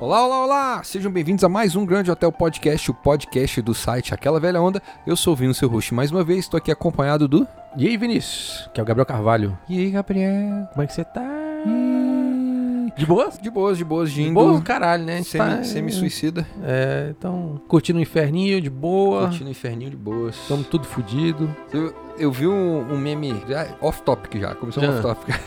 Olá, olá, olá! Sejam bem-vindos a mais um Grande Hotel Podcast, o podcast do site Aquela Velha Onda. Eu sou o Vino, seu host, mais uma vez. Estou aqui acompanhado do... E aí, Vinícius, que é o Gabriel Carvalho. E aí, Gabriel? Como é que você tá? De boas? De boas, de boas, de De indo. boas, caralho, né? A gente tá- Semi-suicida. É, então, curtindo o inferninho, de boa. Curtindo o inferninho de boas. Estamos tudo fudido. Eu, eu vi um, um meme... já Off-topic já, começou um Já. off-topic.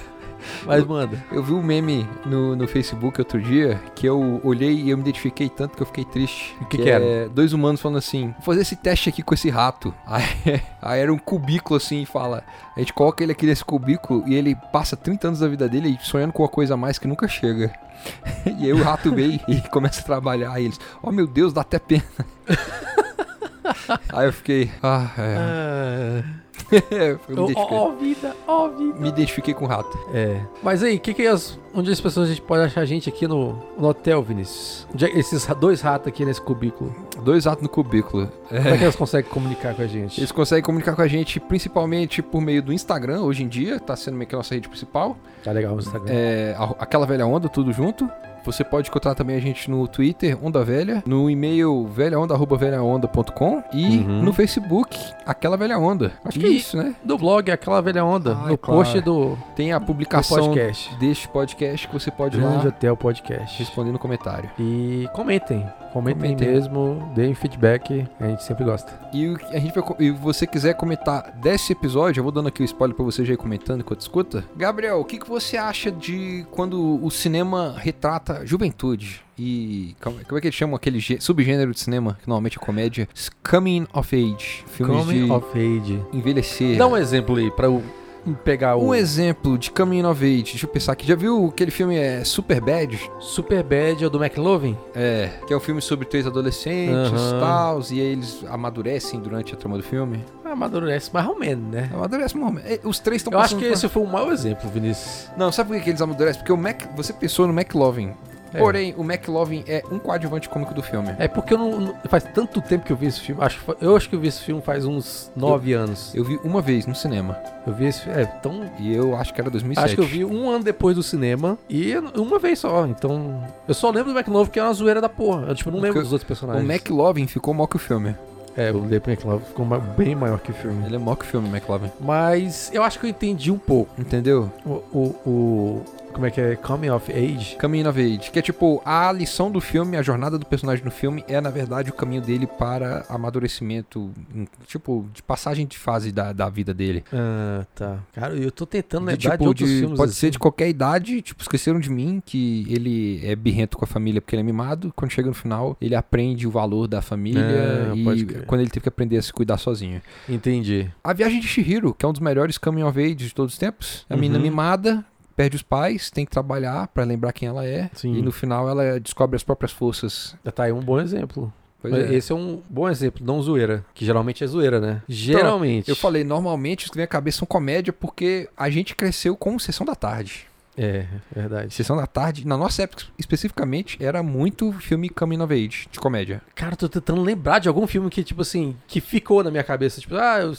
Mas manda. Eu vi um meme no, no Facebook outro dia que eu olhei e eu me identifiquei tanto que eu fiquei triste. O que que era? É, dois humanos falando assim: vou fazer esse teste aqui com esse rato. Aí, aí era um cubículo assim e fala: a gente coloca ele aqui nesse cubículo e ele passa 30 anos da vida dele sonhando com uma coisa a mais que nunca chega. E aí o rato vem e começa a trabalhar. Aí eles: oh meu Deus, dá até pena. aí eu fiquei: ah, é. É. eu me Ó, identifiquei. ó, ó, vida, ó, vida. Me identifiquei com o rato. É. Mas aí, que que é as- onde as pessoas a gente pode achar a gente aqui no, no hotel, Vinícius? Onde é que esses ra- dois ratos aqui nesse cubículo. Dois ratos no cubículo. Como é que elas conseguem comunicar com a gente? Eles conseguem comunicar com a gente principalmente por meio do Instagram, hoje em dia, tá sendo meio que a nossa rede principal. Tá legal o Instagram. É, a- aquela velha onda, tudo junto. Você pode encontrar também a gente no Twitter, Onda Velha, no e-mail velhaonda.velhaonda.com e Uhum. no Facebook, Aquela Velha Onda. Acho que é E- isso, né? Do blog, aquela velha onda, Ai, no claro. post do, do Tem a publicação podcast. deste podcast que você pode ir Grande lá Hotel Podcast. responder no comentário. E comentem, comentem, Comentem. mesmo, deem feedback, a gente sempre gosta. E, o que a gente vai co- e você quiser comentar desse episódio, eu vou dando aqui o spoiler pra você já ir comentando enquanto escuta. Gabriel, o que, que você acha de quando o cinema retrata juventude? E como, como é que eles chamam aquele gê- subgênero de cinema, que normalmente é comédia? Coming of Age. Filmes Coming de of Age. envelhecer. Dá um exemplo aí pra eu pegar o Um exemplo de Coming of Age, deixa eu pensar aqui. Já viu aquele filme é, Super Bad? Superbad ou do McLovin? É, que é um filme sobre três adolescentes e Aham. tal, e aí eles amadurecem durante a trama do filme. Ah, Amadurece mais ou menos, né? Amadurecem, mano. É, Os três estão Eu acho passando que por- esse foi o mau exemplo, Vinícius. Não, sabe por que que eles amadurecem? Porque o Mac, você pensou no McLovin. É. Porém, o McLovin é um coadjuvante cômico do filme. É porque eu não, não- Faz tanto tempo que eu vi esse filme. Acho, que fa- eu acho que eu vi esse filme faz uns 9 anos. Eu, Eu vi uma vez no cinema. vi esse filme. É, então. E eu acho que era 2007. Acho que eu vi um ano depois do cinema e uma vez só. Então. Eu só lembro do McLovin que é uma zoeira da porra. Eu tipo, não Porque lembro dos outros O personagens. McLovin ficou maior que o filme. É, o The McLovin ficou ma- bem maior que o filme. Ele é maior que o filme, McLovin. Mas eu acho que eu entendi um pouco Entendeu? o. o- o- como é que é? Coming of Age. Caminho of Age. Que é tipo, a lição do filme, a jornada do personagem no filme é, na verdade, o caminho dele para amadurecimento. em- Tipo, de passagem de fase da, da vida dele. Ah, tá. Cara, eu tô tentando De, lembrar de, tipo, outros de- filmes. pode assim. ser de qualquer idade, tipo, esqueceram de mim que ele é birrento com a família porque ele é mimado. Quando chega no final, ele aprende o valor da família Ah, pode e crer. quando ele teve que aprender a se cuidar sozinho. Entendi. A Viagem de Shihiro, que é um dos melhores coming of age de todos os tempos. A Uhum. menina mimada, perde os pais, tem que trabalhar pra lembrar quem ela é. Sim. E no final ela descobre as próprias forças. Tá aí um bom exemplo. Pois é. Esse é um bom exemplo, não zoeira. Que geralmente é zoeira, né? Geralmente. Eu falei, normalmente os que vem à cabeça são comédia porque a gente cresceu com Sessão da Tarde. É, verdade. Sessão da tarde, na nossa época especificamente, era muito filme coming of age, de comédia. Cara, eu tô tentando lembrar de algum filme que, tipo assim, que ficou na minha cabeça. Tipo, ah, eu.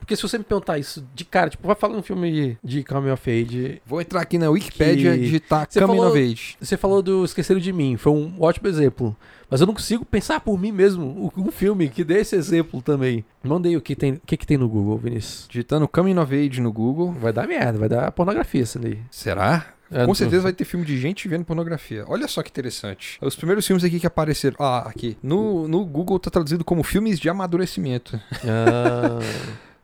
Porque se você me perguntar isso de cara, tipo, vai falar um filme de Coming of Age, Vou entrar aqui na Wikipédia e Que- digitar Você coming falou- of age. Você falou do Esqueceram de Mim, foi um ótimo exemplo. Mas eu não consigo pensar por mim mesmo um filme que dê esse exemplo também. Mandei o que tem, o que, que tem no Google, Vinícius. Digitando coming of age no Google. Vai dar merda, vai dar pornografia isso daí. Será? É Ah, Com certeza vai ter filme de gente vendo pornografia. Olha só que interessante. Os primeiros filmes aqui que apareceram. Ah, aqui. No, no Google tá traduzido como filmes de amadurecimento. Ah,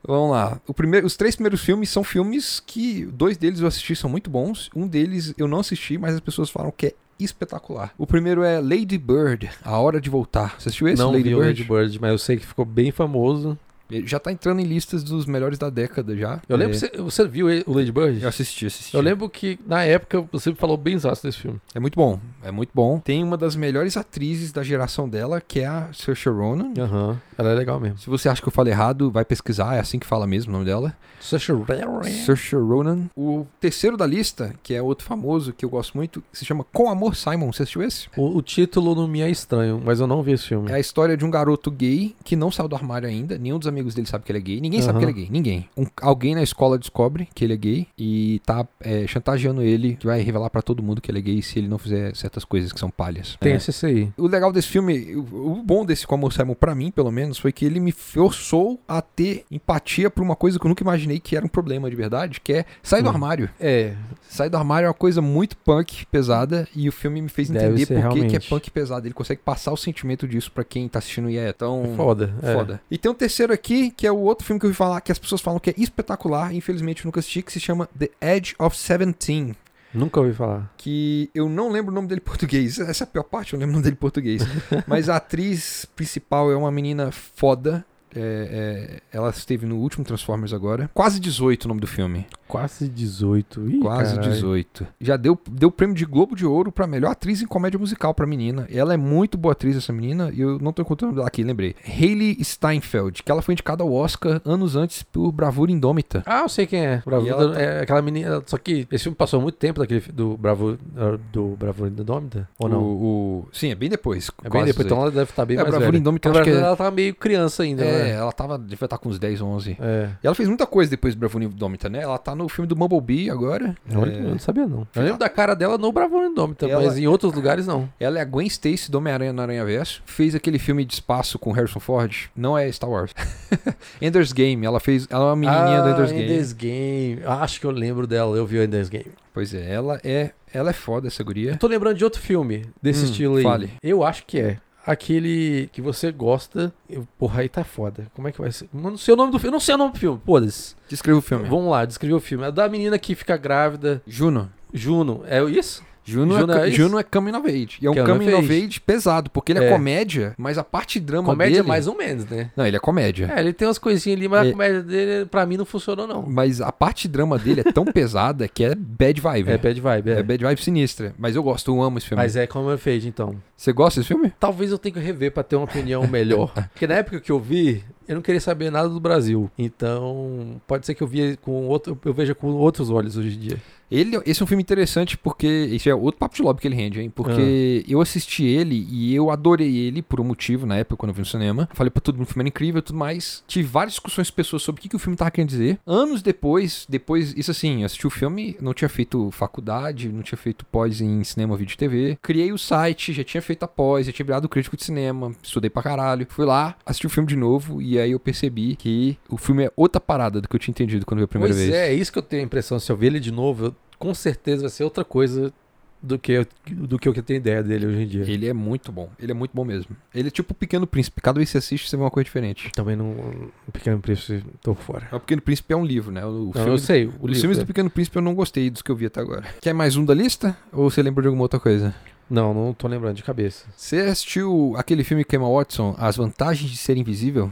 Vamos lá. O primeiro, os três primeiros filmes são filmes que. Dois deles eu assisti, são muito bons. Um deles eu não assisti, mas as pessoas falam que é espetacular. O primeiro é Lady Bird, A Hora de Voltar. Você assistiu esse, não Lady vi o Bird? Lady Bird, mas eu sei que ficou bem famoso. Ele já tá entrando em listas dos melhores da década já. Eu lembro É. que você, você viu ele- o Lady Bird? Eu assisti, assisti. Eu lembro que na época você falou bem exato desse filme. É muito bom, é muito bom. Tem uma das melhores atrizes da geração dela, que é a Saoirse Ronan. Aham. Ela é legal mesmo. Se você acha que eu falei errado, vai pesquisar, é assim que fala mesmo o nome dela. Saoirse Ronan. Saoirse Ronan. O terceiro da lista, que é outro famoso que eu gosto muito, se chama Com Amor Simon. Você assistiu esse? O, o título não me é estranho, mas eu não vi esse filme. É a história de um garoto gay que não saiu do armário ainda, nenhum dos amigos dele sabem que ele é gay. Ninguém sabe Aham. que ele é gay. Ninguém. Um- alguém na escola descobre que ele é gay e tá é, chantageando ele, que vai revelar pra todo mundo que ele é gay se ele não fizer certas coisas que são palhas. Tem É. esse esse aí. O legal desse filme, o o bom desse Como Simon pra mim, pelo menos, foi que ele me forçou a ter empatia por uma coisa que eu nunca imaginei que era um problema de verdade, que é sair do Hum. armário. É, Sair do armário é uma coisa muito punk pesada e o filme me fez Deve entender por ser, que que é realmente. punk pesado. Ele consegue passar o sentimento disso pra quem tá assistindo e é tão foda. é. foda. E tem um terceiro aqui, que é o outro filme que eu ouvi falar, que as pessoas falam que é espetacular, e infelizmente eu nunca assisti, que se chama The Edge of Seventeen Nunca ouvi falar. que eu não lembro o nome dele em português. Essa é a pior parte, eu não lembro o nome dele em português. Mas a atriz principal é uma menina foda. É, é, ela esteve no último Transformers agora. Quase 18 o nome do filme. Quase 18. Ih, Quase caralho. 18. Já deu deu o prêmio de Globo de Ouro pra melhor atriz em comédia musical pra menina. Ela é muito boa atriz, essa menina. E eu não tô encontrando ela aqui, lembrei. Hayley Steinfeld, que ela foi indicada ao Oscar anos antes por Bravura Indômita. Ah, eu sei quem é. Bravura, E ela tá- É aquela menina. Só que esse filme passou muito tempo daquele fi- do Bravo ah, do Bravura Indômita, né? ou não? O, o- Sim, é bem depois. É bem quase 18. depois, então ela deve estar bem É, mais Bravura velha. Indômita, acho Porque que é- ela tá meio criança ainda, É, né? ela tava, devia estar com uns 10, 11. É. E ela fez muita coisa depois do Bravura Indômita, né? Ela tá no filme do Bumblebee agora. Eu É, não sabia, não. Eu lembro da cara dela no Bravura Indômita, Ela- mas em outros lugares não. Ela é a Gwen Stacy do Homem-Aranha no Aranha Verso. Fez aquele filme de espaço com Harrison Ford. Não é Star Wars. Ender's Game. Ela fez. Ela é uma menininha do Ender's Game. Ah, Ender's Game. Ah, Acho que eu lembro dela, eu vi o Ender's Game. Pois é, ela é. Ela é foda, essa guria. Eu tô lembrando de outro filme desse Hum, estilo aí. fale. Eu acho que é. Aquele que você gosta. Eu- porra, aí tá foda. Como é que vai ser? Eu não sei o nome do filme. Eu não sei o nome do filme. Pô, des- Descreva o filme. Vamos lá, descrever o filme. É da menina que fica grávida. Juno. Juno. É isso? Juno, Juno é, ca- é isso? Juno é Coming of Age. E é um Coming of Coming of Age. Age pesado, porque ele é, É. comédia, mas a parte drama Comédia dele... mais ou menos, né? Não, ele é comédia. É, ele tem umas coisinhas ali, mas É. a comédia dele, pra mim, não funcionou, não. Mas a parte drama dele é tão pesada que é bad vibe. É bad vibe, é. É Bad Vibe sinistra. Mas eu gosto, eu amo esse filme. Mas é como eu fiz, então. Você gosta desse filme? Talvez eu tenha que rever pra ter uma opinião melhor. Porque na época que eu vi, eu não queria saber nada do Brasil. Então, pode ser que eu via com outro, eu veja com outros olhos hoje em dia. Ele, esse é um filme interessante porque. Esse é outro papo de lobby que ele rende, hein? Ah. Porque eu assisti ele e eu adorei ele por um motivo na época, quando eu vi no cinema. Falei pra todo mundo que o filme era incrível e tudo mais. Tive várias discussões com pessoas sobre o que, que o filme tava querendo dizer. Anos depois, depois, isso assim, eu assisti o filme, não tinha feito faculdade, não tinha feito pós em cinema, vídeo e TV. Criei o site, já tinha feito a pós, já tinha virado crítico de cinema, estudei pra caralho. Fui lá, assisti o filme de novo e aí eu percebi que o filme é outra parada do que eu tinha entendido quando eu vi a primeira pois vez. é, é isso que eu tenho a impressão. Se eu ver ele de novo, eu- com certeza vai ser outra coisa do que, eu- do que eu que tenho ideia dele hoje em dia. Ele é muito bom. Ele é muito bom mesmo. Ele é tipo o Pequeno Príncipe. Cada vez que você assiste, você vê uma coisa diferente. Também não. um Pequeno Príncipe, tô fora. Mas O Pequeno Príncipe é um livro, né? O, o Não, filme eu do- sei, o os livro. filmes é. do Pequeno Príncipe eu não gostei dos que eu vi até agora. Quer mais um da lista? Ou você lembra de alguma outra coisa? Não, não tô lembrando de cabeça. Você assistiu aquele filme com Emma Watson, As Vantagens de Ser Invisível?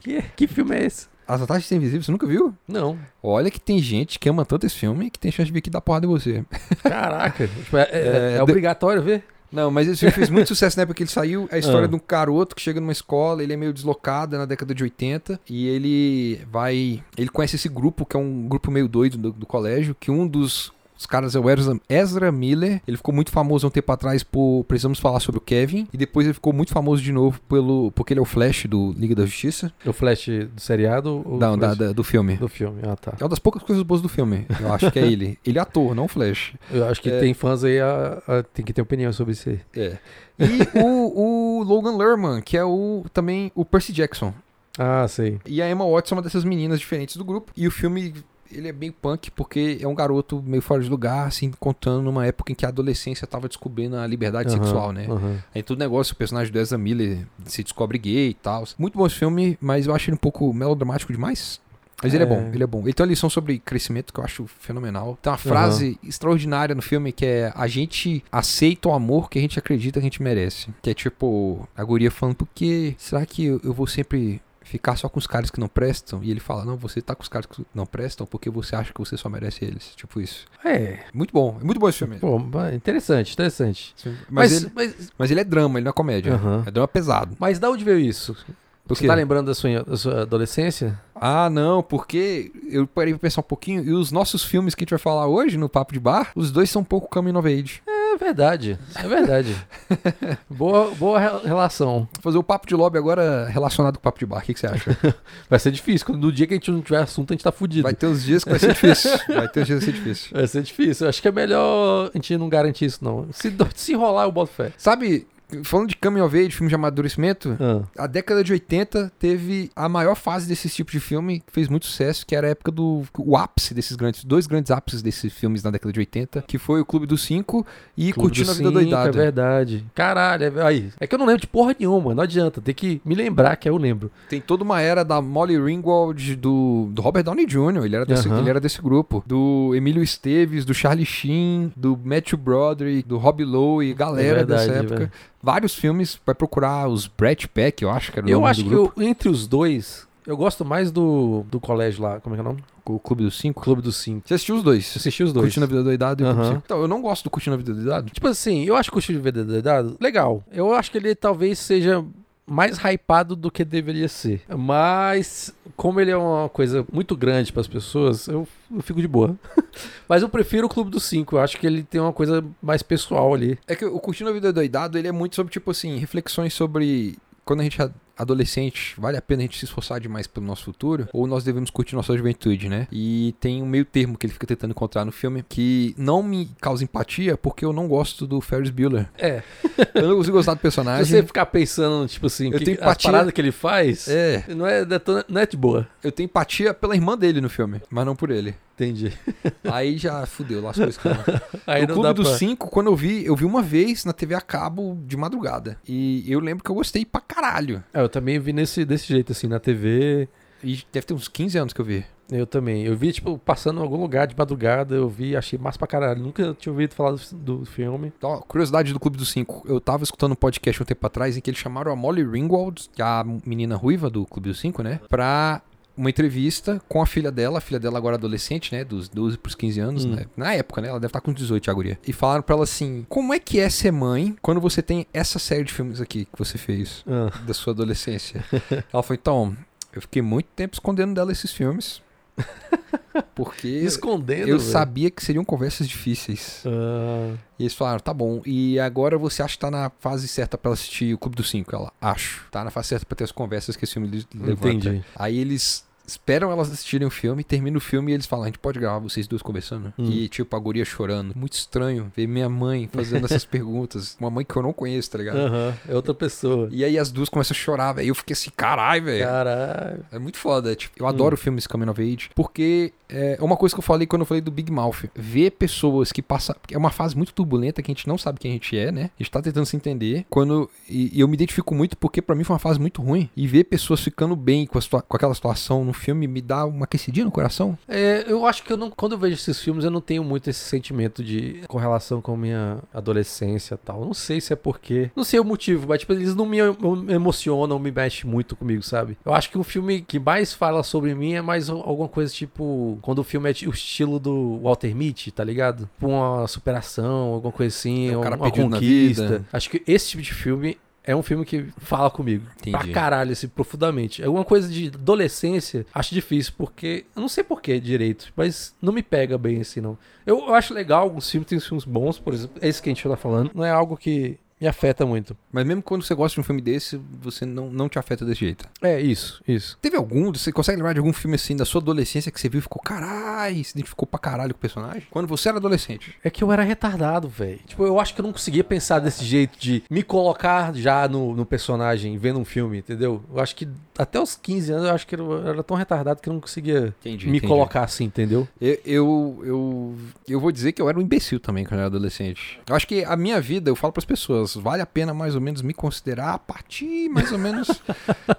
Que, que filme é esse? As Vantagens de Ser Invisível, você nunca viu? Não. Olha que tem gente que ama tanto esse filme que tem chance de vir aqui dar porrada em você. Caraca. Tipo, é, é- É, é de- obrigatório ver? Não, mas esse filme fez muito sucesso na época que ele saiu. É a história Ah. de um garoto que chega numa escola, ele é meio deslocado é na década de 80 e ele vai. Ele conhece esse grupo, que é um grupo meio doido do, do colégio, que um dos. Os caras é o Ezra, Ezra Miller. Ele ficou muito famoso há um tempo atrás por Precisamos Falar sobre o Kevin. E depois ele ficou muito famoso de novo pelo, porque ele é o Flash do Liga da Justiça. O Flash do seriado ou Não, o da- Flash da- do filme. do filme? Ah, tá. É uma das poucas coisas boas do filme. Eu acho que é ele. Ele é ator, não o Flash. Eu acho que É. tem fãs aí, a, a- tem que ter opinião sobre isso aí. É. E o, o Logan Lerman, que é o também o Percy Jackson. Ah, sei. E a Emma Watson é uma dessas meninas diferentes do grupo. E o filme, ele é meio punk, porque é um garoto meio fora de lugar, assim, contando numa época em que a adolescência tava descobrindo a liberdade Aham, sexual, né? aham. Aí todo negócio, o personagem do Ezra Miller se descobre gay e tal. Muito bom esse filme, mas eu acho ele um pouco melodramático demais. Mas ele é É. bom, ele é bom. Ele tem uma lição sobre crescimento que eu acho fenomenal. Tem uma frase extraordinária no filme que é a gente aceita o amor que a gente acredita que a gente merece. Que é tipo, a guria falando, por que será que eu eu vou sempre ficar só com os caras que não prestam? E ele fala, não, você tá com os caras que não prestam porque você acha que você só merece eles. Tipo isso. É, Muito bom, é muito bom esse filme. pô, mas interessante, interessante. Mas, Mas, ele, mas, mas ele é drama, ele não é comédia. Aham. É drama pesado. mas da onde veio isso? Por Você quê? tá lembrando da sua, da sua adolescência? Ah, não, porque eu parei pra pensar um pouquinho, e os nossos filmes que a gente vai falar hoje no Papo de Bar, os dois são um pouco coming of age. É, verdade, isso é verdade. boa, boa re- relação. Vou fazer o papo de lobby agora relacionado com o papo de bar. O que, que você acha? Vai ser difícil. Quando, no dia que a gente não tiver assunto, a gente tá fudido. Vai ter uns dias que vai ser difícil. Vai ter uns dias que vai ser difícil. Vai ser difícil. Eu acho que é melhor a gente não garantir isso, não. Se, do- se rolar, eu boto fé. Sabe, falando de coming of age, filme de amadurecimento, a década de 80 teve a maior fase desse tipo de filme, que fez muito sucesso, que era a época do o ápice desses grandes, dois grandes ápices desses filmes na década de 80, que foi o Clube dos Cinco e Clube Curtindo a Vida do Cinco, É Doidada. verdade. Caralho, é, aí. É que eu não lembro de porra nenhuma, não adianta. Tem que me lembrar que eu lembro. Tem toda uma era da Molly Ringwald, do, do Robert Downey Jr., ele era, desse, Aham. ele era desse grupo. Do Emílio Esteves, do Charlie Sheen, do Matthew Broderick, do Rob Lowe, galera verdade, dessa época. velho. Vários filmes, vai procurar os Brad Pack, eu acho que era o Eu nome acho do que grupo. eu, entre os dois, eu gosto mais do, do colégio lá. Como é que é o nome? O Clube dos Cinco. Clube dos Cinco. Você assistiu os dois? Assisti os dois. Curtindo a Vida Doidada e o Clube Aham. dos Cinco. Então, eu não gosto do Curtindo a Vida Doidada. Tipo assim, eu acho que o Curtido de Vida Doidado, legal. Eu acho que ele talvez seja mais hypado do que deveria ser. Mas, como ele é uma coisa muito grande para as pessoas, eu, eu fico de boa. Mas eu prefiro o Clube dos Cinco. Eu acho que ele tem uma coisa mais pessoal ali. É que o Curtindo a Vida Doidado, ele é muito sobre, tipo assim, reflexões sobre quando a gente é adolescente, vale a pena a gente se esforçar demais pelo nosso futuro? Ou nós devemos curtir nossa juventude, né? E tem um meio termo que ele fica tentando encontrar no filme que não me causa empatia porque eu não gosto do Ferris Bueller. É. Eu não consigo gostar do Se você personagem. ficar pensando, tipo assim, Eu que, tenho as empatia- paradas que ele faz, É, não, é detona- não é de boa. eu tenho empatia pela irmã dele no filme, mas não por ele. Entendi. Aí já fudeu, lascou esse cara. Aí o não Clube dá dos pra... Cinco, quando eu vi, eu vi uma vez na TV a cabo de madrugada. E eu lembro que eu gostei pra caralho. É, eu também vi nesse, desse jeito, assim, na TV. E deve ter uns 15 anos que eu vi. Eu também. Eu vi, tipo, passando em algum lugar de madrugada, eu vi, achei massa pra caralho. Nunca tinha ouvido falar do, do filme. Então, ó, curiosidade do Clube dos Cinco. Eu tava escutando um podcast um tempo atrás em que eles chamaram a Molly Ringwald, que é a menina ruiva do Clube dos Cinco, né? Pra uma entrevista com a filha dela, a filha dela agora adolescente, né? Dos 12 pros 15 anos, Hum. né? Na época, né? Ela deve estar com 18, a guria. E falaram pra ela assim, como é que é ser mãe quando você tem essa série de filmes aqui que você fez? Ah, da sua adolescência. Ela falou, então, eu fiquei muito tempo escondendo dela esses filmes. Porque escondendo. eu velho. sabia que seriam conversas difíceis. Ah, E eles falaram, tá bom. E agora você acha que tá na fase certa pra assistir o Clube dos Cinco? Ela, acho. Tá na fase certa pra ter as conversas que esse filme le- levanta. entendi. Aí eles esperam elas assistirem o filme, termina o filme e eles falam, a gente pode gravar vocês duas conversando? Hum. E tipo, a guria chorando. Muito estranho ver minha mãe fazendo essas perguntas. Uma mãe que eu não conheço, tá ligado? Aham, é outra pessoa. E aí as duas começam a chorar, velho. Eu fiquei assim, caralho, velho. Caralho. É muito foda. Tipo, eu adoro filmes Coming of Age, porque é uma coisa que eu falei quando eu falei do Big Mouth. Ver pessoas que passam. porque É uma fase muito turbulenta que a gente não sabe quem a gente é, né? A gente tá tentando se entender. Quando. E, e eu me identifico muito porque pra mim foi uma fase muito ruim. E ver pessoas ficando bem com, a situa- com aquela situação no filme me dá uma aquecidinha no coração. É, eu acho que eu não, quando eu vejo esses filmes, eu não tenho muito esse sentimento de com relação com minha adolescência e tal. Não sei se é porque. Não sei o motivo, mas tipo, eles não me em- emocionam, me mexem muito comigo, sabe? Eu acho que um filme que mais fala sobre mim é mais al- alguma coisa tipo. Quando o filme é ti- o estilo do Walter Mitty, tá ligado? Tipo, Uma superação, alguma coisa assim, É, o cara uma perdido na conquista. vida. Acho que esse tipo de filme. É um filme que fala comigo. Pra Entendi. caralho, assim, profundamente. Alguma coisa de adolescência, acho difícil, porque. Eu não sei porquê direito, mas não me pega bem assim, não. Eu, eu acho legal, alguns filmes tem filmes bons, por exemplo. Esse que a gente tá falando. Não é algo que me afeta muito. Mas mesmo quando você gosta de um filme desse, você não, não te afeta desse jeito. É, isso, isso. Teve algum? Você consegue lembrar de algum filme assim da sua adolescência que você viu e ficou caralho, se identificou pra caralho com o personagem? Quando você era adolescente. É que eu era retardado, velho. Tipo, eu acho que eu não conseguia pensar desse jeito de me colocar já no, no personagem vendo um filme, entendeu? Eu acho que até os 15 anos eu acho que eu era tão retardado que eu não conseguia Entendi. me colocar assim, entendeu? Eu, eu, eu, eu vou dizer que eu era um imbecil também quando eu era adolescente. Eu acho que a minha vida, eu falo pras pessoas, vale a pena mais ou menos me considerar a partir mais ou menos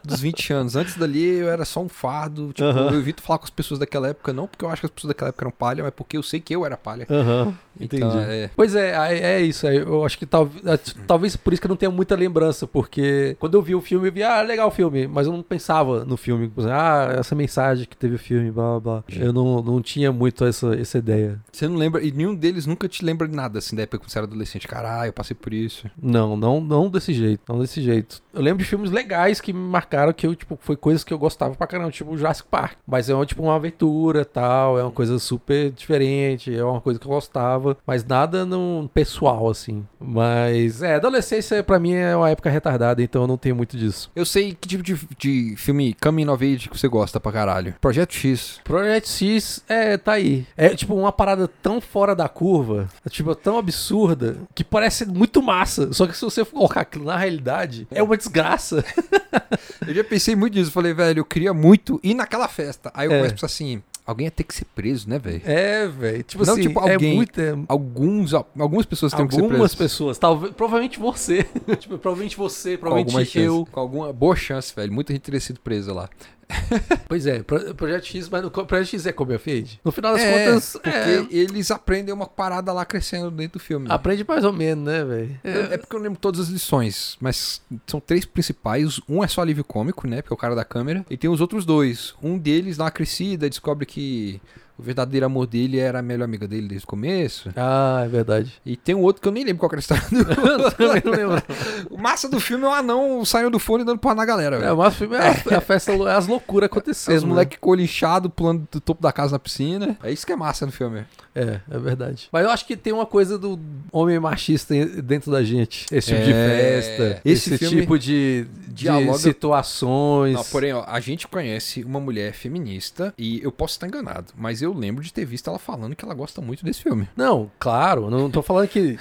dos 20 anos. Antes dali eu era só um fardo. Tipo, Aham. eu evito falar com as pessoas daquela época, não porque eu acho que as pessoas daquela época eram palha, mas porque eu sei que eu era palha. Aham, Então, é. Pois é, aí- é isso. aí Eu acho que talvez, talvez por isso que eu não tenha muita lembrança, porque quando eu vi o filme, eu vi, ah, legal o filme, mas eu não pensava no filme, por exemplo, ah, essa mensagem que teve o filme, blá blá blá. Eu não, não tinha muito essa, essa ideia. Você não lembra, e nenhum deles nunca te lembra de nada, assim, da época que você era adolescente. Caralho, eu passei por isso. Não, não, não desse jeito, não desse jeito. Eu lembro de filmes legais que me marcaram que eu, tipo, foi coisas que eu gostava pra caramba, tipo Jurassic Park. Mas é uma, tipo uma aventura tal, é uma coisa super diferente, é uma coisa que eu gostava, mas nada num pessoal, assim. Mas é, adolescência pra mim é uma época retardada, então eu não tenho muito disso. Eu sei que tipo de, de filme coming of age que você gosta pra caralho. Projeto X. Project X é, tá aí. É tipo uma parada tão fora da curva, é, tipo, tão absurda, que parece muito massa. Só que se você for colocar aquilo na realidade, é uma desgraça. Eu já pensei muito nisso. Falei, velho, eu queria muito ir naquela festa. Aí eu É. começo a pensar assim, alguém ia ter que ser preso, né, velho? É, velho. Tipo Não, assim, tipo, é alguém- muito. é- Alguns, algumas pessoas têm que ser Algumas presas. pessoas, talvez, provavelmente você, tipo, provavelmente você, com alguma provavelmente chance. eu. Com alguma boa chance, velho. Muita gente teria sido presa lá. Pois é, Pro- Projeto X, mas o Projeto X é como eu fiz? No final das É, contas, porque é, eles aprendem uma parada lá crescendo dentro do filme. aprende mais ou menos, né, velho? É, é porque eu não lembro todas as lições, mas são três principais. Um é só alívio cômico, né? Porque é o cara da câmera. E tem os outros dois. Um deles, na crescida, descobre que o verdadeiro amor dele era a melhor amiga dele desde o começo. Ah, é verdade. E tem um outro que eu nem lembro qual que era a história do... Eu também não lembro. O massa do filme é o anão saindo do fone e dando porra na galera, É, velho. o maior filme é a, é a festa, é as loucuras acontecendo. Os né? moleque colichado pulando do topo da casa na piscina. É isso que é massa no filme. É, é verdade. Mas eu acho que tem uma coisa do homem machista em- dentro da gente. Esse tipo de É. festa, Esse esse, filme tipo de, dialoga- de situações. Não, porém, ó, a gente conhece uma mulher feminista e eu posso estar enganado, mas eu lembro de ter visto ela falando que ela gosta muito desse filme. Não, claro, não tô falando que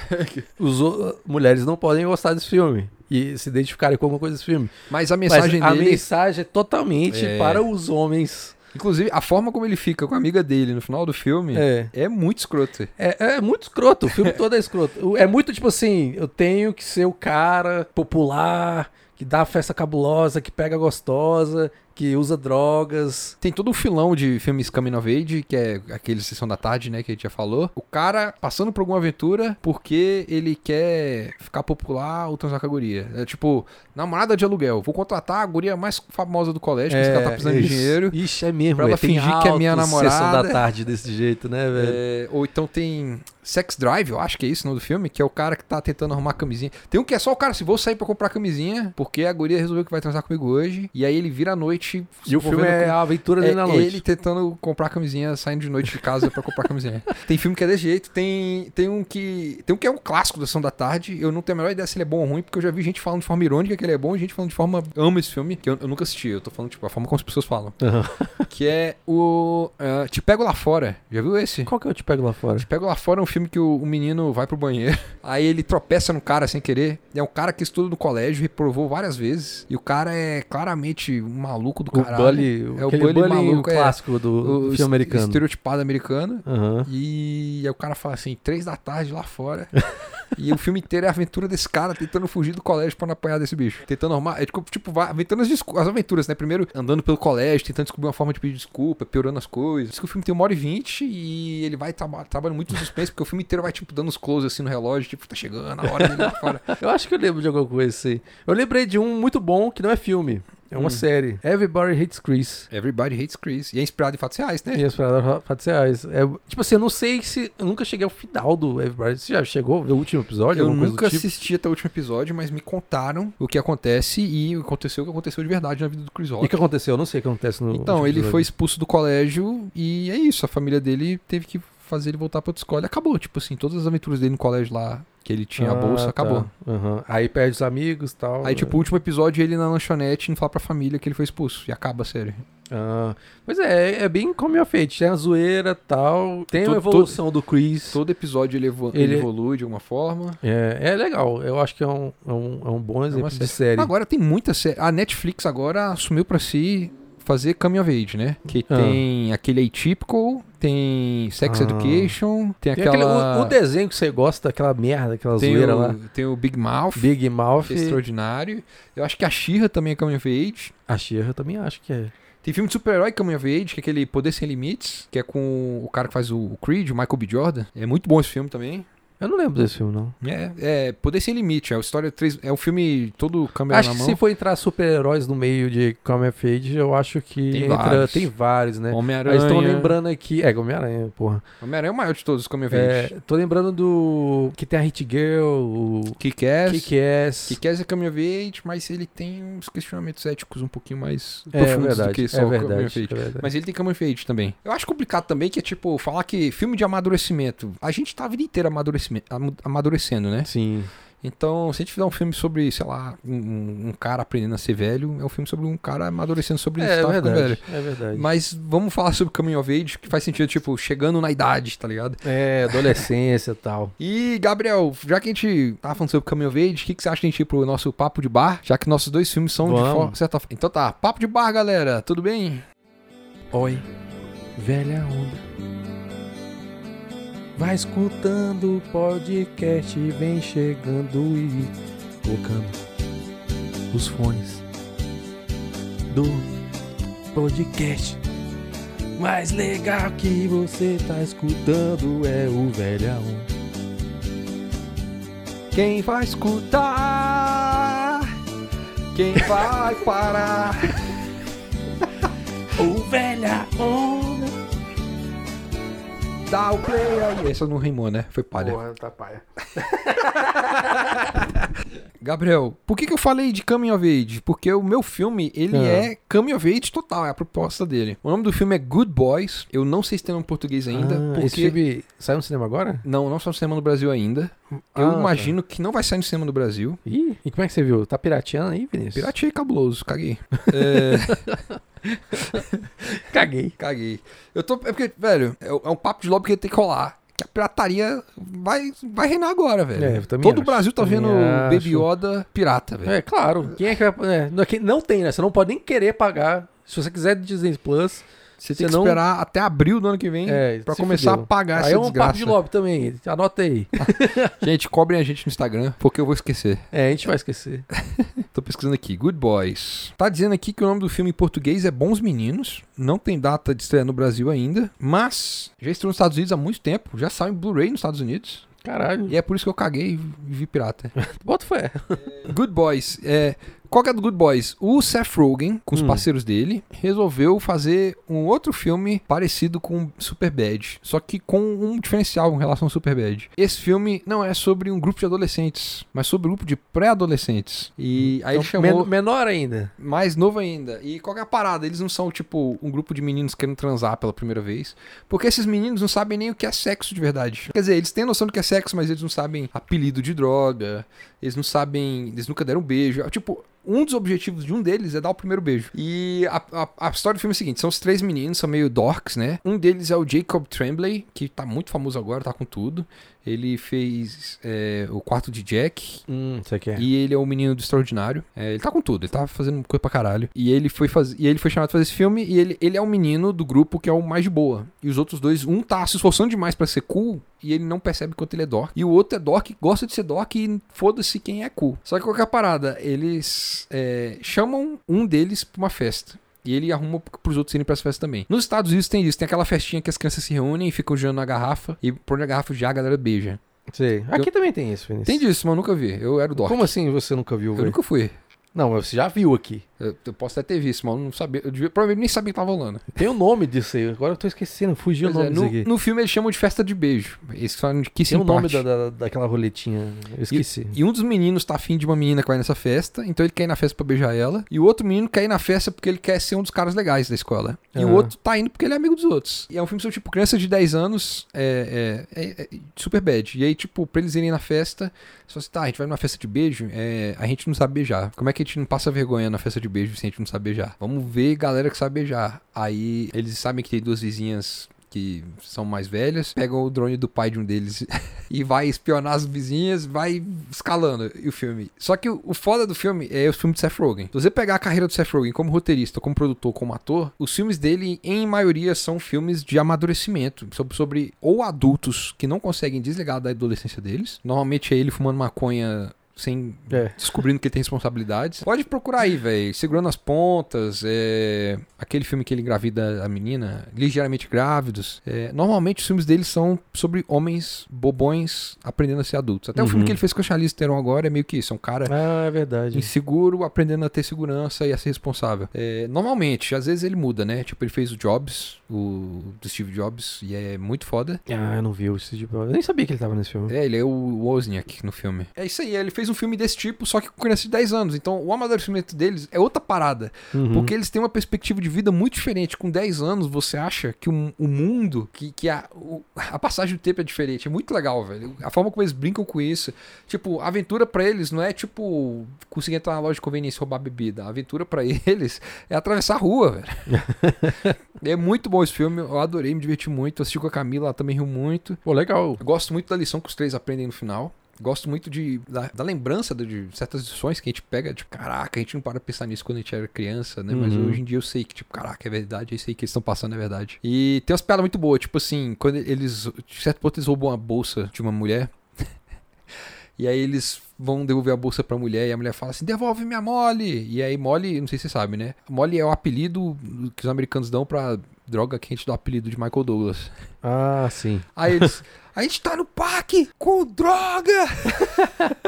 os o- mulheres não podem gostar desse filme e se identificarem com alguma coisa desse filme. Mas a Mas mensagem a dele, mensagem é totalmente É. para os homens. inclusive, a forma como ele fica com a amiga dele no final do filme é, É. muito escroto. É, é muito escroto, o filme todo é escroto. O- É muito tipo assim, eu tenho que ser o cara popular, que dá festa cabulosa, que pega gostosa, que usa drogas. Tem todo um filão de filmes Coming of Age, que é aquele Sessão da Tarde, né, que a gente já falou. O cara passando por alguma aventura porque ele quer ficar popular ou transar com a guria. É tipo, namorada de aluguel, vou contratar a guria mais famosa do colégio, que esse cara tá precisando de É, isso. dinheiro. Ixi, é mesmo. Pra ela é, tem fingir que é minha alto Sessão namorada. da tarde desse jeito, né, velho? É, ou então tem Sex Drive, eu acho que é isso o nome do filme, que é o cara que tá tentando arrumar camisinha. Tem um que é só o cara, se vou sair pra comprar camisinha, porque a guria resolveu que vai transar comigo hoje, e aí ele vira à noite. E o se filme envolvendo é a aventura com- dele é na noite. ele tentando comprar camisinha, saindo de noite de casa pra comprar camisinha. Tem filme que é desse jeito, tem, tem um que. Tem um que é um clássico da Sessão da Tarde. Eu não tenho a menor ideia se ele é bom ou ruim, porque eu já vi gente falando de forma irônica que ele é bom e gente falando de forma. Amo esse filme, que eu, eu nunca assisti. Eu tô falando, tipo, a forma como as pessoas falam. Aham. Que é o. ah, Te Pego Lá Fora. Já viu esse? Qual que eu te pego lá fora? Te Pego Lá Fora é um filme que o, o menino vai pro banheiro, aí ele tropeça no cara sem querer. É um cara que estuda no colégio, reprovou várias vezes. E o cara é claramente um maluco do O caralho. Bully, É o aquele Bully Bully maluco, é. clássico O- do, do o filme americano. Estereotipado americano. Aham. E aí o cara fala assim, três da tarde lá fora. e o filme inteiro é a aventura desse cara tentando fugir do colégio pra não apanhar desse bicho. Tentando arrumar. É tipo, tipo vai inventando as, descu- as aventuras, né? Primeiro andando pelo colégio, tentando descobrir uma forma de pedir desculpa, piorando as coisas. Diz que o filme tem uma hora e vinte e ele vai traba- trabalhando muito no suspense, porque o filme inteiro vai, tipo, dando os close assim no relógio, tipo, tá chegando a hora dele lá fora. Eu acho que eu lembro de alguma coisa assim. Eu lembrei de um muito bom que não é filme, é uma série. Everybody Hates Chris. Everybody hates Chris. E é inspirado em fatos reais, né? E as paradas fatos reais. É, tipo assim, eu não sei se. Eu nunca cheguei ao final do Everybody. Você já chegou no último episódio? Eu alguma coisa nunca do tipo? assisti até o último episódio, mas me contaram o que acontece e aconteceu o que aconteceu de verdade na vida do Chris Rock. E o que aconteceu? Eu não sei o que acontece no. Então, último ele episódio. foi expulso do colégio e é isso. A família dele teve que fazer ele voltar pra outra escola. e Acabou, tipo assim, todas as aventuras dele no colégio lá, que ele tinha a Ah, bolsa, tá. acabou. Aham. Aí perde os amigos e tal. Aí, tipo, o último episódio, ele na lanchonete não fala pra família que ele foi expulso. E acaba a série. Ah, pois é, é bem como eu fiz. Tem a zoeira tal. Tem Tu- uma tu- evolução do Chris. Todo episódio ele, evo- Ele- ele evolui de alguma forma. É, é legal. Eu acho que é um, é um, é um bom exemplo uma de série. Agora tem muita série. A Netflix agora assumiu pra si fazer Coming of Age, né? Que Ah. tem aquele Atypical, tem Sex Ah. Education, tem Tem aquele- o, aquela... o desenho que você gosta, aquela merda, aquela tem, zoeira o, lá. tem o Big Mouth. Big Mouth. Que é extraordinário. Eu acho que a She-Ra também é Coming of Age. A Xirra Ah, eu também acho que é. Tem filme de super-herói Coming of Age, que é aquele Poder Sem Limites, que é com o cara que faz o Creed, o Michael B. Jordan. É muito bom esse filme também. Eu não lembro desse filme, não. É, é Poder Sem Limite. É a história três. É um filme todo câmera Acho na que mão. se for entrar super-heróis no meio de Come of Age, eu acho que Tem entra. vários. Tem vários, né? Homem-Aranha. Mas estão lembrando aqui. É, Homem-Aranha, porra. Homem-Aranha é o maior de todos os Come of Age. É, tô lembrando do. Que tem a Hit Girl, o. Kick-Ass. Kick-Ass. Kick-Ass é Come of Age, mas ele tem uns questionamentos éticos um pouquinho mais É profundos do verdade, que só é o Come verdade, of Age. é verdade. Mas ele tem Coming of Age também. Eu acho complicado também que é tipo falar que filme de amadurecimento. A gente tá a vida inteira amadurecime- amu- amadurecendo, né? Sim. Então, se a gente fizer um filme sobre, sei lá, um, um cara aprendendo a ser velho, é um filme sobre um cara amadurecendo sobre É, estar ficando velho. verdade. É verdade. Mas vamos falar sobre Coming of Age, que faz sentido, tipo, chegando na idade, tá ligado? É, adolescência e tal. E, Gabriel, já que a gente tá falando sobre Coming of Age, o que, que você acha de a gente ir pro nosso papo de bar? Já que nossos dois filmes são de Vamos. forma certa forma. Então tá, papo de bar, galera, tudo bem? Oi, velha onda. Vai escutando o podcast, vem chegando e tocando os fones do podcast. Mais legal que você tá escutando é o velha onda. Quem vai escutar? Quem vai parar? O velha onda. Dá o play aí. Essa não rimou, né? Foi palha. tá paia. Gabriel, por que, que eu falei de Coming of Age? Porque o meu filme, ele Ah. é Coming of Age total, é a proposta dele. O nome do filme é Good Boys. Eu não sei se tem nome em português ainda, porque... Ah, Esse filme saiu no cinema agora? Não, não saiu no cinema no Brasil ainda. Ah, Eu tá. imagino que não vai sair no cinema no Brasil. Ih, e como é que você viu? Tá pirateando aí, Vinícius? Pirateei cabuloso, caguei. É, Caguei. caguei. Eu tô... É porque, velho, é é um papo de lobby que tem que rolar. Que a pirataria vai, vai reinar agora, velho. É, eu também Todo o acho, Brasil tá também vendo acho. Baby Yoda pirata, velho. É, claro. Quem é que vai. é, não, quem- não tem, né? Você não pode nem querer pagar. Se você quiser Disney Plus, Você tem Você que não- esperar até abril do ano que vem é, pra se começar fudeu. a pagar Aí essa é um desgraça. papo de lobby também. Anota aí. Gente, cobrem a gente no Instagram, porque eu vou esquecer. É, a gente vai esquecer. Tô pesquisando aqui, Good Boys. Tá dizendo aqui que o nome do filme em português é Bons Meninos. Não tem data de estreia no Brasil ainda, mas já estreou nos Estados Unidos há muito tempo. Já saiu em Blu-ray nos Estados Unidos. Caralho. E é por isso que eu caguei e vi pirata. Bota fé. Good Boys. É, qual que é do Good Boys? O Seth Rogen, com os Hum. parceiros dele, resolveu fazer um outro filme parecido com Superbad, só que com um diferencial em relação ao Superbad. Esse filme não é sobre um grupo de adolescentes, mas sobre um grupo de pré-adolescentes. E aí ele Então, chamou men- menor ainda. mais novo ainda. E qual que é a parada? Eles não são, tipo, um grupo de meninos querendo transar pela primeira vez. Porque esses meninos não sabem nem o que é sexo de verdade. Quer dizer, eles têm noção do que é sexo, mas eles não sabem apelido de droga. Eles não sabem. Eles nunca deram um beijo. É, Tipo. Um dos objetivos de um deles é dar o primeiro beijo. E a, a- a história do filme é a seguinte: são os três meninos, são meio dorks, né? Um deles é o Jacob Tremblay, que tá muito famoso agora, tá com tudo. Ele fez é, o quarto de Jack, Hum, você quer. e ele é um menino do extraordinário. É, ele tá com tudo, ele tá fazendo coisa pra caralho. E ele foi, faz... e ele foi chamado pra fazer esse filme. E ele, ele é o menino do grupo que é o mais de boa. E os outros dois, um tá se esforçando demais pra ser cool. E ele não percebe quanto ele é dork. E o outro é dork, gosta de ser dork e foda-se quem é cool. Só que qualquer parada, eles é, chamam um deles pra uma festa. E ele arruma pros outros irem pras festas também. Nos Estados Unidos tem isso, tem aquela festinha que as crianças se reúnem e ficam girando na garrafa. E por onde a garrafa girar, a galera beija. Sei. Aqui também tem isso, Vinícius. Tem disso, mas eu nunca vi. Eu era o dork. Como assim você nunca viu, Eu velho? nunca fui. Não, mas você já viu aqui. Eu, eu posso até ter visto, mas eu não sabia. Eu devia, provavelmente nem sabia que tava rolando. Tem o nome disso aí. Agora eu tô esquecendo. Fugiu o Pois nome é, disso no, aqui. no filme eles chamam de festa de beijo. Eles falam de Tem kissing o nome party. da, da- daquela roletinha. Eu esqueci. E um dos meninos tá afim de uma menina que vai nessa festa, então ele quer ir na festa pra beijar ela. E o outro menino quer ir na festa porque ele quer ser um dos caras legais da escola. E o Ah. outro tá indo porque ele é amigo dos outros. E é um filme sobre, tipo, crianças de 10 anos, é, é, é- é super bad. E aí, tipo, pra eles irem na festa, se você tá, a gente vai numa festa de beijo, é, a gente não sabe beijar. Como é que a gente não passa vergonha na festa de beijo se a gente não sabe beijar? Vamos ver galera que sabe beijar. Aí eles sabem que tem duas vizinhas. Que são mais velhas, pegam o drone do pai de um deles e vai espionar as vizinhas, vai escalando o filme. Só que o o foda do filme é o filme de Seth Rogen. Se você pegar a carreira do Seth Rogen como roteirista, como produtor, como ator, os filmes dele, em maioria, são filmes de amadurecimento, sobre, sobre ou adultos que não conseguem desligar da adolescência deles. Normalmente é ele fumando maconha sem É. descobrindo que ele tem responsabilidades. Pode procurar aí, velho. Segurando as pontas, é... aquele filme que ele engravida a menina, ligeiramente grávidos. É, Normalmente os filmes dele são sobre homens bobões aprendendo a ser adultos. Até o filme Uhum. que ele fez com a Charlize Theron agora é meio que isso, é um cara Ah, é verdade. inseguro, aprendendo a ter segurança e a ser responsável. É, normalmente, às vezes ele muda, né? Tipo, ele fez o Jobs, o do Steve Jobs, e é muito foda. Ah, eu não vi o Steve Jobs. Eu nem sabia que ele tava nesse filme. É, ele é o Wozniak no filme. É isso aí, ele fez um filme desse tipo, só que com criança de 10 anos. Então, o amadurecimento deles é outra parada. Uhum. Porque eles têm uma perspectiva de vida muito diferente. Com 10 anos, você acha que um, o, o mundo, que, que a, o- a passagem do tempo é diferente. É muito legal, velho. A forma como eles brincam com isso. Tipo, a aventura pra eles não é, tipo, conseguir entrar na loja de conveniência e roubar bebida. A aventura pra eles é atravessar a rua, velho. é muito bom esse filme. Eu adorei, me diverti muito. Assisti com a Camila, ela também riu muito. Pô, legal. Eu Gosto muito da lição que os três aprendem no final. Gosto muito de, da, da lembrança de, de certas lições que a gente pega, tipo, caraca, a gente não para pra pensar nisso quando a gente era criança, né? Mas Uhum. hoje em dia eu sei que, tipo, caraca, é verdade, é isso aí que eles estão passando, é verdade. E tem umas piadas muito boas, tipo assim, quando eles, de certo ponto, eles roubam a bolsa de uma mulher. e aí eles vão devolver a bolsa pra mulher e a mulher fala assim, devolve minha Molly! E aí Molly, não sei se você sabe, né? Molly é o apelido que os americanos dão pra droga que a gente dá o apelido de Michael Douglas. Ah, sim. Aí eles. A gente tá no parque com droga!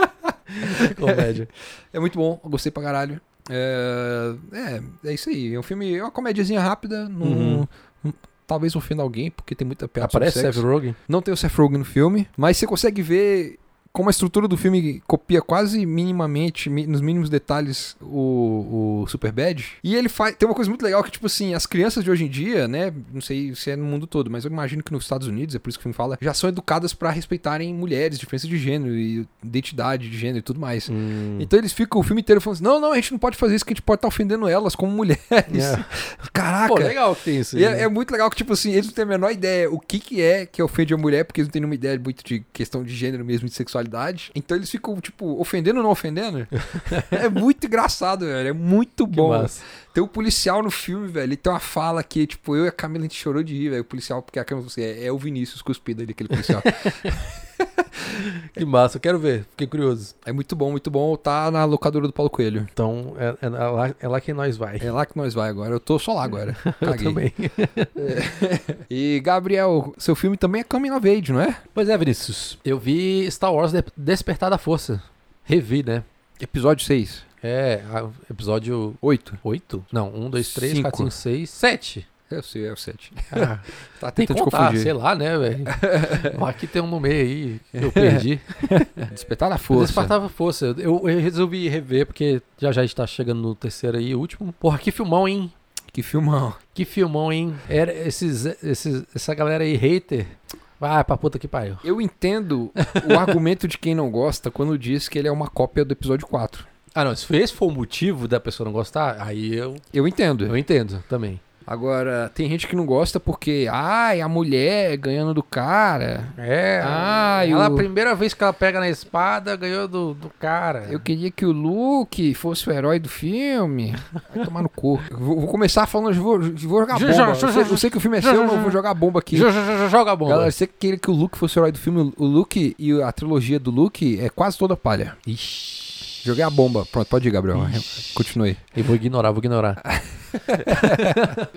Comédia. É muito bom, eu gostei pra caralho. É, é, é isso aí. É um filme, é uma comédiazinha rápida. Não, Uhum. não- talvez ofenda alguém, porque tem muita piada sobre Aparece sexo. Seth Rogen? Não tem o Seth Rogen no filme, mas você consegue ver como a estrutura do filme copia quase minimamente, mi- nos mínimos detalhes, o, o Superbad. E ele faz. Tem uma coisa muito legal que, tipo assim, as crianças de hoje em dia, né? Não sei se é no mundo todo, mas eu imagino que nos Estados Unidos, é por isso que o filme fala, já são educadas pra respeitarem mulheres, diferença de gênero e identidade de gênero e tudo mais. Uhum. Hum. Então eles ficam o filme inteiro falando assim: não, não, a gente não pode fazer isso, que a gente pode estar ofendendo elas como mulheres. É. Caraca! Pô, legal que tem isso. E né? é, é muito legal que, tipo assim, eles não têm a menor ideia o que que é que ofende a mulher, porque eles não têm nenhuma ideia muito de questão de gênero mesmo, de sexualidade. Então eles ficam, tipo, ofendendo ou não ofendendo. é muito engraçado, velho. É muito Que bom. massa. Tem um policial no filme, velho. E tem uma fala que, tipo, eu e a Camila, a gente chorou de rir, velho. O policial, porque a Camila falou assim, é, é o Vinícius cuspido ali, aquele policial. Que massa. Eu quero ver. Fiquei curioso. é muito bom, muito bom. Tá na locadora do Paulo Coelho. Então, é, é lá, é lá que nós vai. É lá que nós vai agora. Eu tô só lá agora. Eu Caguei. também. e, Gabriel, seu filme também é Coming of Age, não é? Pois é, Vinícius. Eu vi Star Wars De- Despertar da Força. Revi, né? Episódio 6. É, a- episódio 8. 8? Não, 1, 2, 3, Cinco. 4, 5, 6, 7. Eu sei, é o 7. Ah, Tá tem que tentando te contar, confundir. sei lá, né, velho? Vai que tem um no meio aí que eu perdi. Despertar na Força. força. Despertava força. Eu, eu resolvi rever, porque já já a gente tá chegando no terceiro aí, último. Porra, que filmão, hein? Que filmão. Que filmão, hein? Era esses, esses, essa galera aí, hater. Vai pra puta que pariu. Eu entendo o argumento de quem não gosta quando diz que ele é uma cópia do episódio 4. Ah, não. Se esse for o motivo da pessoa não gostar, aí eu, Eu entendo. eu entendo também. Agora, tem gente que não gosta porque, ai, a mulher ganhando do cara. É. Ah, ela, eu- a primeira vez que ela pega na espada, ganhou do, do cara. Eu queria que o Luke fosse o herói do filme. Vai tomar no cu. Eu Vou, vou começar falando, de vou, de vou jogar Já, bomba. já, Eu já, sei, já, eu sei que o filme é já, seu, já, mas eu já. vou jogar bomba aqui. Jo- jo- jo- Joga a bomba. Galera, você que queria que o Luke fosse o herói do filme, o Luke e a trilogia do Luke é quase toda palha. Ixi. Joguei a bomba. Pronto, pode ir, Gabriel. Continue. Eu vou ignorar, vou ignorar.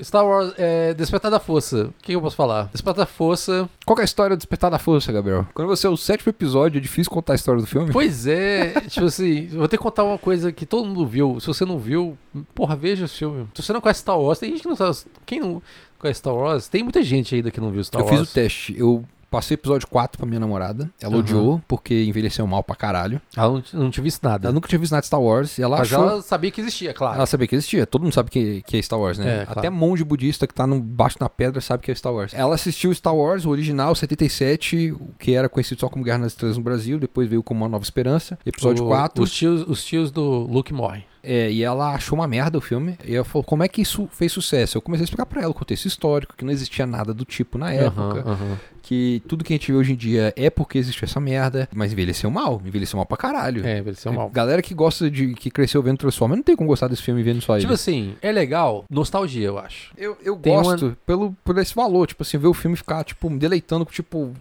Star Wars, é, Despertar da Força. O que eu posso falar? Despertar da Força. Qual que é a história do Despertar da Força, Gabriel? Quando você é o sétimo episódio, é difícil contar a história do filme? Pois é, tipo assim, eu vou ter que contar uma coisa que todo mundo viu. Se você não viu, porra, veja o filme. Se você não conhece Star Wars, tem gente que não sabe. Quem não conhece Star Wars? Tem muita gente ainda que não viu Star eu Wars. fiz o teste. Eu passei o episódio 4 pra minha namorada. Ela Aham. odiou, porque envelheceu mal pra caralho. Ela não, não te visto nada. Ela nunca tinha visto nada de Star Wars. E ela Mas achou... ela sabia que existia, é claro. Ela sabia que existia, todo mundo sabe que, que é Star Wars, né? É, Até claro. monge budista que tá no, baixo na pedra sabe que é Star Wars. Ela assistiu Star Wars, o original, 77, o que era conhecido só como Guerra nas Estrelas no Brasil, depois veio como Uma Nova Esperança, episódio O- 4. Os tios, os tios do Luke morrem. É, e ela achou uma merda o filme. E ela falou, como é que isso fez sucesso? Eu comecei a explicar pra ela o contexto histórico, que não existia nada do tipo na época. Aham, aham. Que tudo que a gente vê hoje em dia é porque existiu essa merda. Mas envelheceu mal, envelheceu mal pra caralho. É, envelheceu mal. Galera que gosta de. que cresceu vendo Transformers, não tem como gostar desse filme vendo só ele. Tipo assim, é legal, nostalgia, eu acho. Eu, eu Tem gosto pelo, por esse valor, tipo assim, ver o filme e ficar, tipo, me deleitando com, tipo,